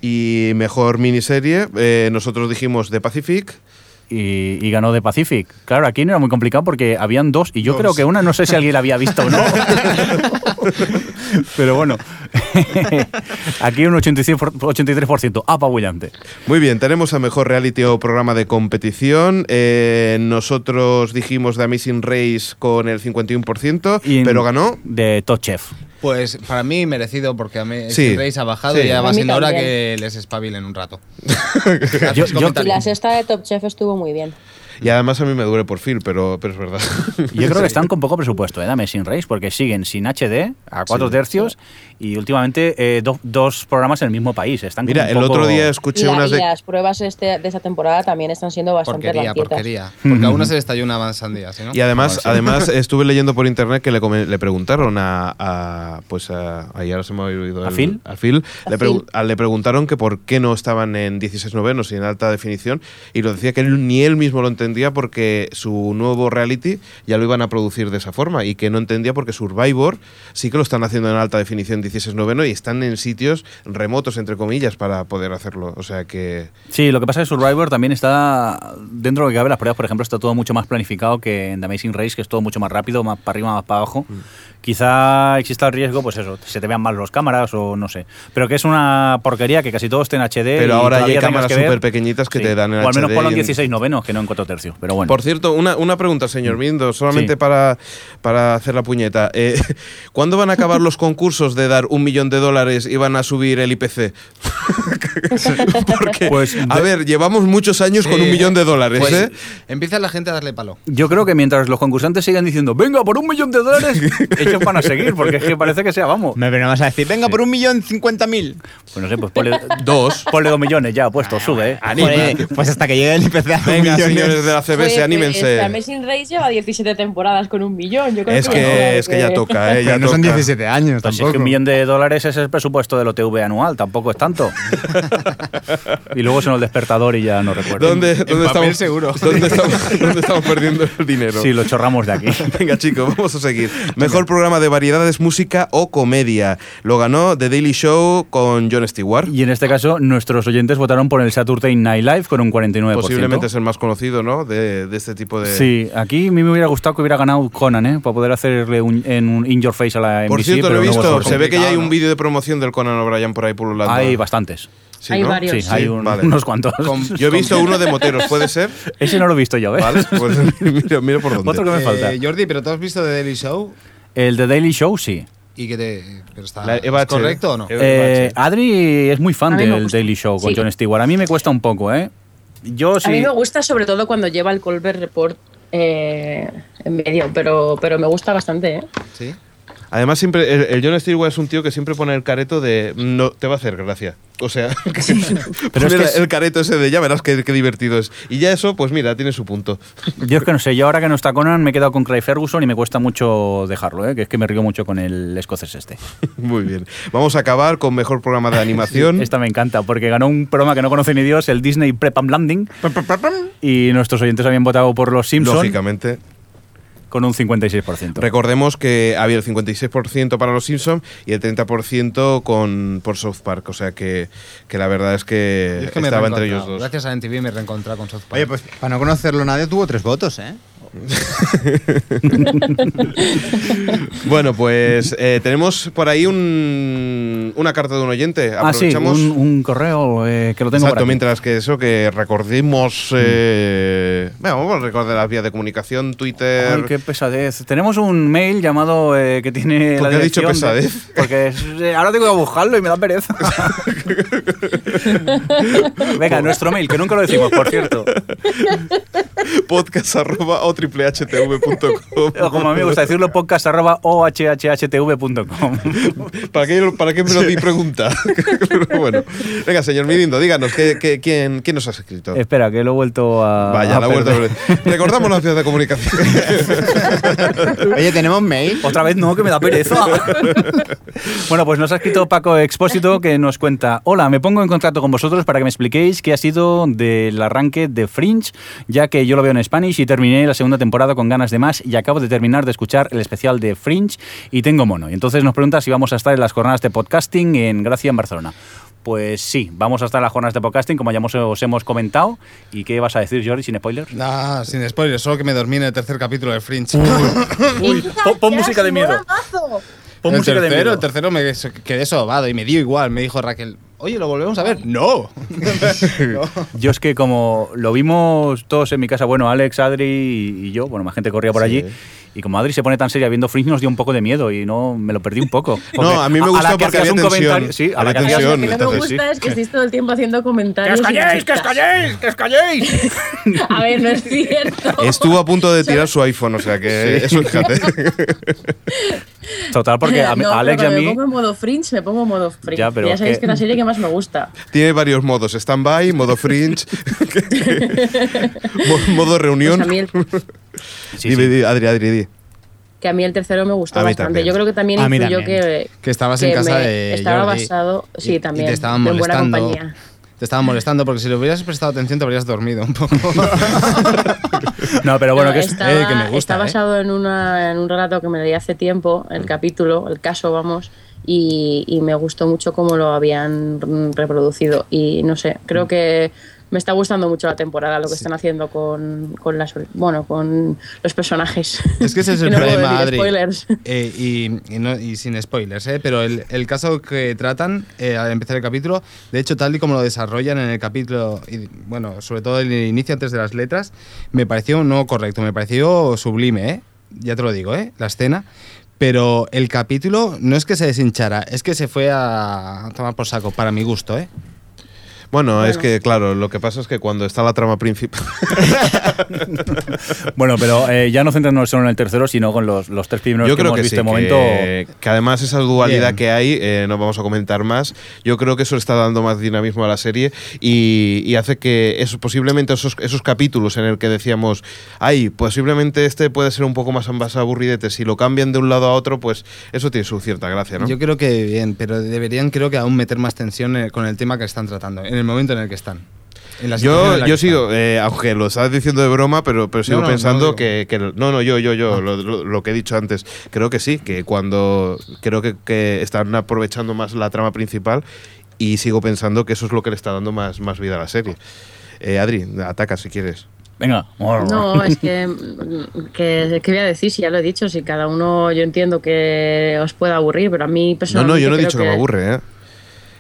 Y mejor miniserie, eh, nosotros dijimos The Pacific.
Y, y ganó de Pacific. Claro, aquí no era muy complicado porque habían dos y yo
Dos.
creo que una no sé si alguien la había visto
[LAUGHS]
o no. Pero bueno, [LAUGHS] aquí un 86 por- 83%, apabullante.
Muy bien, tenemos a mejor reality o programa de competición. Eh, nosotros dijimos The Amazing Race con el 51%,
Y en-
pero ganó.
De Top Chef.
Pues para mí merecido porque a mí
Sí.
sí. ha bajado
Sí.
y ya
A
va
mí
siendo hora
también.
que les espabilen un rato.
Yo-
Gracias,
yo-
Y
comentario.
la sexta de Top Chef estuvo muy bien.
Y además a mí me duele por Phil, pero, pero es verdad. [LAUGHS]
Yo creo que están con poco presupuesto, ¿eh? Dame sin Race, porque siguen sin HD a cuatro tercios y últimamente eh, do- dos programas en el mismo país. Están como
Mira,
un
el
poco-
otro día
Y,
escuché
la-
unas
y
de...
las pruebas este- de esta temporada también están siendo bastante
Porquería,
racietas.
porquería. Porque a uno se le estalló una más sandía, ¿sí, no?
Y además, además estuve leyendo por internet que le, come- le preguntaron a, a- pues a, ahí ahora se me ha olvidado
¿A
el-
Phil?
a Phil,
A
le, pregu-
Phil.
a- le preguntaron que por qué no estaban en 16 novenos y en alta definición y lo decía que él, ni él mismo lo entendía porque su nuevo reality ya lo iban a producir de esa forma y que no entendía porque Survivor sí que lo están haciendo en alta definición 16 noveno y están en sitios remotos entre comillas para poder hacerlo, o sea que
Sí, lo que pasa es que Survivor también está dentro de lo que cabe las pruebas, por ejemplo, está todo mucho más planificado que en The Amazing Race, que es todo mucho más rápido, más para arriba, más para abajo.
Mm.
Quizá exista el riesgo, pues eso, se te vean mal las cámaras o no sé. Pero que es una porquería que casi todo esté en HD.
Pero
y
ahora hay
todavía tengas
cámaras
que ver.
súper pequeñitas que te dan en
O al menos
HD
por los
y en-
16 novenos, que no en cuatro tercios. Pero
[LAUGHS]
bueno.
Por cierto, una, una pregunta, señor Mindo, solamente
Sí.
para, para hacer la puñeta. Eh, [LAUGHS] ¿Cuándo van a acabar los concursos de dar un millón de dólares y van a subir el IPC? Porque,
Pues,
a ver, llevamos muchos años con
Sí.
un millón de dólares,
Pues,
¿eh?
Empieza la gente a darle palo.
Yo creo que mientras los concursantes sigan diciendo, venga, por un millón
[LAUGHS]
de dólares, ellos van a seguir, porque es que parece que sea, vamos.
No, pero no vas a decir, venga, por un millón cincuenta mil.
Pues no sé, pues ponle
[LAUGHS] Dos. Ah,
ponle dos millones ya, puesto, sube, eh.
Pues, pues hasta que llegue el IPC a un
Venga,
millón. ¿eh?
señores, series de la CBS,
Oye, que, eh,
Este anímense.
Amazing Race lleva 17 temporadas con un millón. Yo creo
Es que, es que ya toca, ¿eh? Ya
Pero no son
toca.
17 años
Pues si es
tampoco.
que un millón de dólares es el presupuesto del OTV anual, tampoco
[LAUGHS]
es tanto. y luego son el despertador y ya no recuerdo.
¿Dónde, dónde
papel
estamos,
seguro.
[LAUGHS] ¿dónde, estamos, dónde estamos perdiendo el dinero?
Sí, lo chorramos de aquí.
[LAUGHS] Venga, chicos, vamos a seguir. Mejor programa de variedades, música o comedia. Lo ganó The Daily Show con John Stewart.
Y en este caso, nuestros oyentes votaron por el Saturday Night Live con un 49%.
Posiblemente es el más conocido, ¿no? De, de este tipo de.
Sí, aquí a mí me hubiera gustado que hubiera ganado Conan, ¿eh? Para poder hacerle un, en un in your face a la NBC.
Por cierto,
pero
lo he
no
visto.
hubo
se ve que ya hay
forma.
un vídeo de promoción del Conan O'Brien por ahí por un lado.
Hay bastantes.
Sí,
Hay
¿no?
varios.
Sí, hay un-
vale.
unos cuantos. [LAUGHS]
Yo he visto uno de moteros, ¿puede ser?
Ese no lo he visto yo, ¿eh? ¿ves?
Vale, pues [LAUGHS] mira, mira por dónde.
Otro que me falta.
Eh, Jordi, pero tú has visto The Daily Show
El de Daily Show, sí.
y que te. Pero está,
La-
¿es
Eva Echeve-
correcto o no?
Eva
Eh,
Echeve.
Adri es muy fan
A mí me
del
gusta.
Daily Show con
Sí.
John Stewart. A mí me cuesta un poco, ¿eh? Yo
A mí
sí.
me gusta sobre todo cuando lleva el Colbert Report eh, en medio, pero, pero me gusta bastante. ¿eh?
Sí.
Además, siempre el, el John Stewart es un tío que siempre pone el careto de no te va a hacer gracia. O sea, [LAUGHS] que pone
es que
la-
es-
el careto ese de ya verás qué, qué divertido es. Y ya eso, pues mira, tiene su punto. [LAUGHS]
Yo es que no sé, yo ahora que no está Conan me he quedado con Craig Ferguson y me cuesta mucho dejarlo, ¿eh? que es que me río mucho con el escocés este.
Muy bien. Vamos a acabar con mejor
[LAUGHS]
programa de animación.
Esta me encanta, porque ganó un programa que no conoce ni Dios, el Disney Prep and Landing, y nuestros oyentes habían votado por Los Simpsons
Lógicamente.
con un 56%.
Recordemos que había el 56% para los Simpsons y el 30% con, por South Park. O sea que, que la verdad es que,
Yo es que me he
estaba entre ellos
reencontrado.
dos.
Gracias a MTV me he reencontrado con South Park.
Oye, pues para no conocerlo nadie tuvo tres votos, ¿eh?
Bueno, pues eh, tenemos por ahí un- una carta de un oyente.
Ah, sí,
Aprovechamos.
un, un correo eh, que lo tengo por
Exacto,
aquí. Mm.
mientras que eso, que recordemos. eh, bueno, vamos a recordar las vías de comunicación: Twitter.
Ay, qué pesadez. Tenemos un mail llamado eh, que tiene
¿Por
la
qué has dicho
dirección de-
pesadez?
porque es- eh, ahora tengo que buscarlo y me
[LAUGHS]
da pereza. Venga, nuestro mail, que nunca lo decimos, por
[LAUGHS]
cierto.
[LAUGHS] podcast arroba o triplehtv.com.
O [LAUGHS] como a mí me gusta decirlo, podcast arroba ohhhtv.com.
[LAUGHS] ¿Para qué, ¿Para qué me lo di [LAUGHS] pregunta? Pero bueno, venga, señor Mirindo, díganos, ¿qué, qué- quién, quién nos has escrito?
Espera, que lo he vuelto a.
Vaya,
a
la vuelta.
perder.
[LAUGHS]
Recordamos las vías de comunicación.
Oye, ¿tenemos mail?
Otra vez no, que me da pereza. bueno, pues nos ha escrito Paco Expósito que nos cuenta: Hola, me pongo en contacto con vosotros para que me expliquéis qué ha sido del arranque de Fringe, ya que yo lo veo en Spanish y terminé la segunda temporada con ganas de más y acabo de terminar de escuchar el especial de Fringe y tengo mono. Y entonces nos pregunta si vamos a estar en las jornadas de podcasting en Gracia, en Barcelona. Pues sí, vamos a estar en las jornadas de podcasting, como ya hemos- os hemos comentado. ¿Y qué vas a decir, Jordi, sin spoilers?
Nah, sin spoilers, solo que me dormí en el tercer capítulo de Fringe. [LAUGHS]
Uy, pon, pon música de miedo. Pon
el tercero,
música de miedo.
El tercero me so- quedé sobado y me dio igual. Me dijo Raquel, oye, ¿lo volvemos a ver? ¡No!
Yo es que como lo vimos todos en mi casa, bueno, Alex, Adri y- y yo, bueno, más gente corría por allí. Y como Adri se pone tan seria viendo Fringe, nos dio un poco de miedo y no me lo perdí un poco.
[LAUGHS]
Porque
a mí me
la
gustó
que
porque
hacías
había
un
tensión.
comentario- Sí, a la
Había
que hacías-
Lo
tensión,
que no me
entonces,
gusta es que estéis todo el tiempo haciendo
¡Que
comentarios.
os calléis, que os
machistas.
calléis, que os calléis!
[LAUGHS] A ver, no es
[LAUGHS]
cierto.
Estuvo a punto de tirar su iPhone, o sea que eso fíjate.
Total, porque
[LAUGHS]
a, mí-
No,
a Alex y
pero
a
cuando
mí...
Me pongo en modo fringe, me pongo en modo fringe.
Ya, pero es
sabéis
que-
que es la serie que más me gusta.
[LAUGHS] Tiene varios modos: stand-by, modo fringe, [LAUGHS] mo- modo
Pues
reunión.
a mí el-
Sí,
Dime,
sí.
di- Adri, Adri, di.
que a mí el tercero me gustó
A mí
bastante.
también.
Yo creo que también
A mí
influyó
también.
que.
Que estabas en
que
casa
me-
de
Estaba
Jordi
basado,
y-
sí,
y
también.
te estaban
de buena
molestando.
compañía.
Te estaban molestando porque si le hubieras prestado atención te habrías dormido un
[LAUGHS]
poco.
No, pero bueno,
No,
que es...
estaba,
eh, que me gusta,
está
eh.
basado en, una, en un relato que me leí hace tiempo, el capítulo, el caso, vamos, y, y me gustó mucho cómo lo habían reproducido. Y no sé, creo que me está gustando mucho la temporada, lo que están haciendo con, con las, bueno, con los personajes.
Es que ese
[LAUGHS]
es
Que
el
no puedo
problema,
decir
Adri.
spoilers. [LAUGHS]
Eh, y, y no- y sin spoilers, ¿eh? pero el, el caso que tratan eh, al empezar el capítulo, de hecho, tal y como lo desarrollan en el capítulo, y, bueno, sobre todo el inicio antes de las letras, me pareció no correcto, me pareció sublime, ¿eh? ya te lo digo, ¿eh? la escena. Pero el capítulo no es que se deshinchara, es que se fue a tomar por saco, para mi gusto, ¿eh?
Bueno, es que, claro, lo que pasa es que cuando está la trama principal.
Bueno, pero eh, ya no centrarnos solo en el tercero, sino con los, los tres primeros
yo
que
creo
hemos
que
visto
sí,
de momento.
que, que además esa dualidad
Bien.
que hay, eh, no vamos a comentar más, yo creo que eso está dando más dinamismo a la serie y, y hace que eso, posiblemente esos, esos capítulos en el que decíamos, ay, posiblemente este puede ser un poco más ambas aburridete, si lo cambian de un lado a otro, pues eso tiene su cierta gracia, ¿no?
Yo creo que bien, pero deberían creo que aún meter más tensión eh, con el tema que están tratando, en el momento en el que están. En la situación
Yo,
en la
yo
que
sigo, eh, aunque lo estás diciendo de broma, pero, pero sigo
no, no
pensando
digo. Ah.
que, que- No, no, yo, yo, yo, lo, lo- lo que he dicho antes. Creo que sí, que cuando. Creo que, que están aprovechando más la trama principal y sigo pensando que eso es lo que le está dando más, más vida a la serie. Eh, Adri, ataca si quieres.
Venga,
No, es que, mm, que, que voy a decir, si ya lo he dicho, si cada uno yo entiendo que os pueda aburrir, pero a mí
No,
personalmente
no, yo no he
creo
dicho que, me aburre, ¿eh?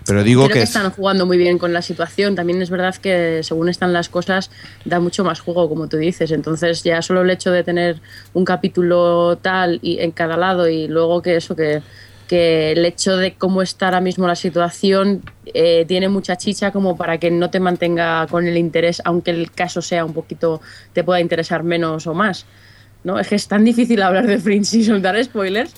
Pero digo
creo que,
que. es-
están jugando muy bien con la situación. También es verdad que según están las cosas da mucho más juego, como tú dices. Entonces ya solo el hecho de tener un capítulo tal y en cada lado y luego que eso que que el hecho de cómo está ahora mismo la situación eh, tiene mucha chicha como para que no te mantenga con el interés, aunque el caso sea un poquito, te pueda interesar menos o más. ¿no? Es que es tan difícil hablar de Fringe sin soltar spoilers,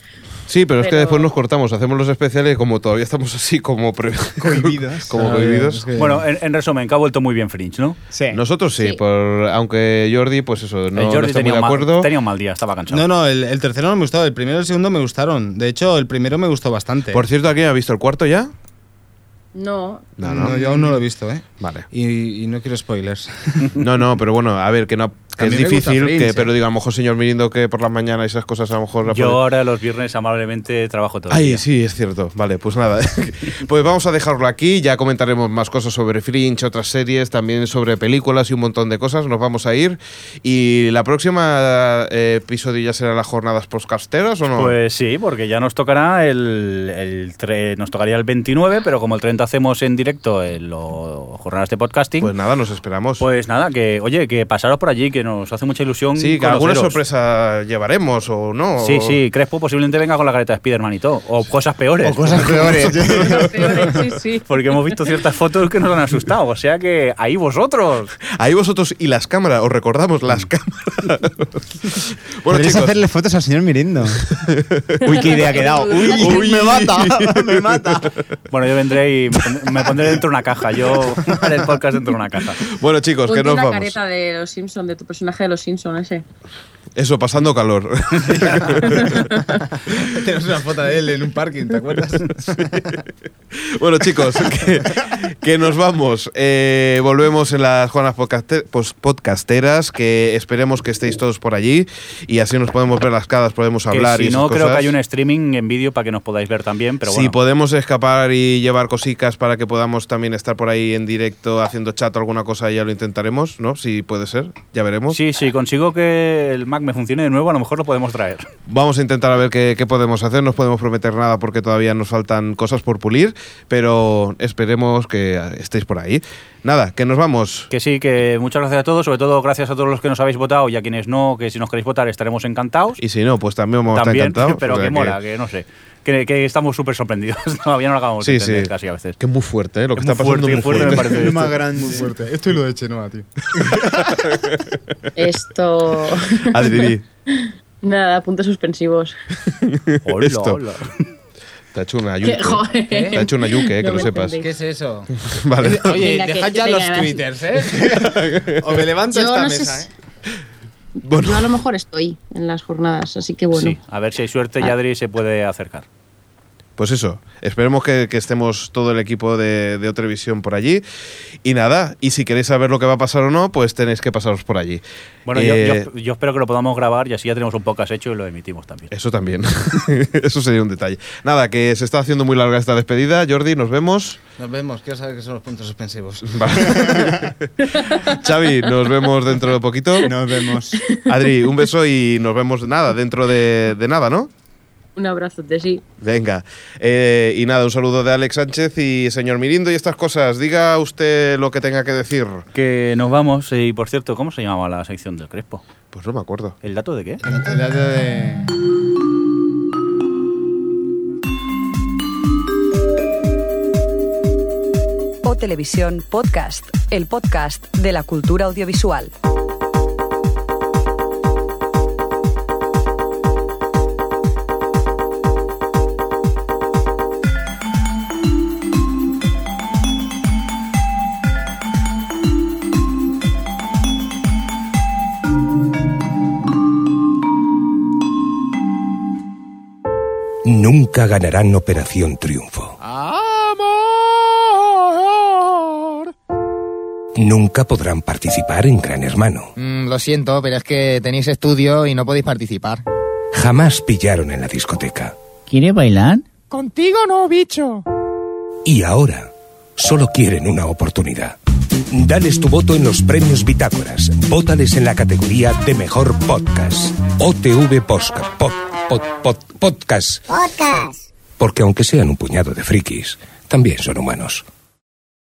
sí, pero es que
pero-
después nos cortamos, hacemos los especiales y como todavía estamos así como. pre- [LAUGHS]
Cohibidos.
como
Ah,
cohibidos.
bien, es que-
Bueno, en, en resumen, que ha vuelto muy bien Fringe, ¿no?
Sí.
Nosotros sí,
Sí.
por, aunque Jordi, pues eso, no,
El
no
Eh, Jordi
está muy
tenía,
de
un mal-
acuerdo.
tenía un mal día, estaba cansado.
No, no, el, el tercero no me gustó, el primero y el segundo me gustaron. De hecho, el primero me gustó bastante.
Por cierto, ¿alguien ha visto el cuarto ya?
no,
no, no, yo aún no lo he visto, ¿eh?
Vale.
Y, y no quiero spoilers.
No, no, pero bueno, a ver, que no que
A
es
mí me gusta
difícil,
Fringe,
que,
eh.
pero digo, a lo mejor señor Mirindo que por las mañanas esas cosas a lo mejor... la
Yo
puede-
ahora los viernes amablemente trabajo todo. el
Ay,
día.
sí, es cierto. Vale, pues nada. [LAUGHS] pues vamos a dejarlo aquí. Ya comentaremos más cosas sobre Fringe, otras series, también sobre películas y un montón de cosas. Nos vamos a ir. ¿Y la próxima eh, episodio ya será las jornadas postcasteras o no?
Pues sí, porque ya nos tocará el, el tre- nos tocaría el 29, pero como el 30 hacemos en directo en los jornadas de podcasting,
Pues
pues,
nada, nos esperamos.
nada, que oye, que pasaros por allí, que nos hace mucha ilusión.
sí, que alguna
conoceros.
sorpresa llevaremos o no.
Sí,
o- [LAUGHS]
sí, Crespo posiblemente venga con la careta de Spiderman y todo, o cosas peores.
O cosas peores.
Los peores, sí, sí.
[LAUGHS] Porque hemos visto ciertas fotos que nos han asustado, o sea que ahí vosotros.
Ahí vosotros y las cámaras, os recordamos
Mm.
las cámaras. [LAUGHS]
Podrías hacerle fotos al señor Mirindo. Uy, qué idea ha quedado. Uy, me mata, me mata.
Bueno, yo vendré y me pon- me pondré dentro de una caja, yo haré el podcast dentro de una caja.
Bueno, chicos, que
Ponte
nos
la
vamos.
careta de los Simpson, de tu personaje de los Simpson ese.
Eso, pasando calor.
[LAUGHS]
[LAUGHS]
Tenemos una foto de él en un parking, ¿te
[LAUGHS]
acuerdas?
bueno, chicos, que, que nos vamos. Eh, volvemos en las Juanas podcaste- pos- Podcasteras, que esperemos que estéis todos por allí y así nos podemos ver las caras, podemos
Que
hablar. y
si
esas
no, creo que
cosas.
hay un streaming en vídeo para que nos podáis ver también, pero
si
bueno.
podemos escapar y llevar cositas para que podamos también estar por ahí en directo haciendo chat o alguna cosa, ya lo intentaremos, ¿no? Si puede ser, ya veremos.
Sí, sí, consigo que el Mac me funcione de nuevo, a lo mejor lo podemos traer.
Vamos a intentar a ver qué, qué podemos hacer. No os podemos prometer nada porque todavía nos faltan cosas por pulir, pero esperemos que estéis por ahí. Nada, que nos vamos.
Que sí, que muchas gracias a todos, sobre todo gracias a todos los que nos habéis votado y a quienes no, que si nos queréis votar estaremos encantados.
Y si no, pues también vamos a
también,
estar encantados.
[LAUGHS] pero
o sea
que mola, que, no sé. Que, que estamos súper sorprendidos, [LAUGHS] todavía no lo acabamos de
Sí,
entender
sí.
casi a veces.
Que es muy fuerte, ¿eh? lo que
Es
está
muy
pasando
fuerte,
muy
fuerte me
fuerte.
parece.
Lo más grande.
fuerte. Esto y lo de Chenoa, tío.
Esto. [LAUGHS]
[LAUGHS] Adri,
Nada, puntos suspensivos.
[LAUGHS]
Hola,
Esto.
hola.
te ha hecho
[LAUGHS]
una yuque.
Joder.
Te ha hecho una yuque, eh, que
No
lo
me
sepas.
entendí.
es eso?
[LAUGHS]
[LAUGHS]
Vale.
Oye,
Venga, que-
dejad ya
venga,
los
va.
twitters, [LAUGHS] ¿eh? o me levanto
Yo
esta
no sé
mesa,
si-
¿eh?
Yo
Bueno,
a lo mejor estoy en las jornadas, así que bueno.
Sí, a ver si hay suerte
Ah.
y Adri se puede acercar.
pues eso. Esperemos que, que estemos todo el equipo de, de Otrevisión por allí. Y nada, y si queréis saber lo que va a pasar o no, pues tenéis que pasaros por allí.
Bueno, yo-
Eh,
yo, yo espero que lo podamos grabar y así ya tenemos un podcast hecho y lo emitimos también.
Eso también. [LAUGHS] Eso sería un detalle. Nada, que se está haciendo muy larga esta despedida. Jordi, nos vemos. [LAUGHS]
Nos vemos, quiero saber qué son los puntos suspensivos.
Vale. Xavi, nos vemos dentro de poquito.
Nos vemos.
Adri, un beso y nos vemos nada, dentro de, de nada, ¿no?
Un abrazo de sí.
Venga. Eh, y nada, un saludo de Alex Sánchez y señor Mirindo y estas cosas. Diga usted lo que tenga que decir.
Que nos vamos, eh, y por cierto, ¿cómo se llamaba la sección del Crespo?
Pues no me acuerdo.
¿El dato de qué?
El dato de-
O Televisión Podcast, el podcast de la cultura audiovisual.
Nunca ganarán Operación Triunfo. Nunca podrán participar en Gran Hermano.
Mm, lo siento, pero es que tenéis estudio y no podéis participar.
Jamás pillaron en la discoteca.
¿Quiere bailar?
Contigo no, bicho.
Y ahora solo quieren una oportunidad. Dales tu voto en los premios Bitácoras. Vótales en la categoría de mejor podcast. OTV Posca. Pod, pod, pod, podcast.
Podcast.
Porque aunque sean un puñado de frikis, también son humanos.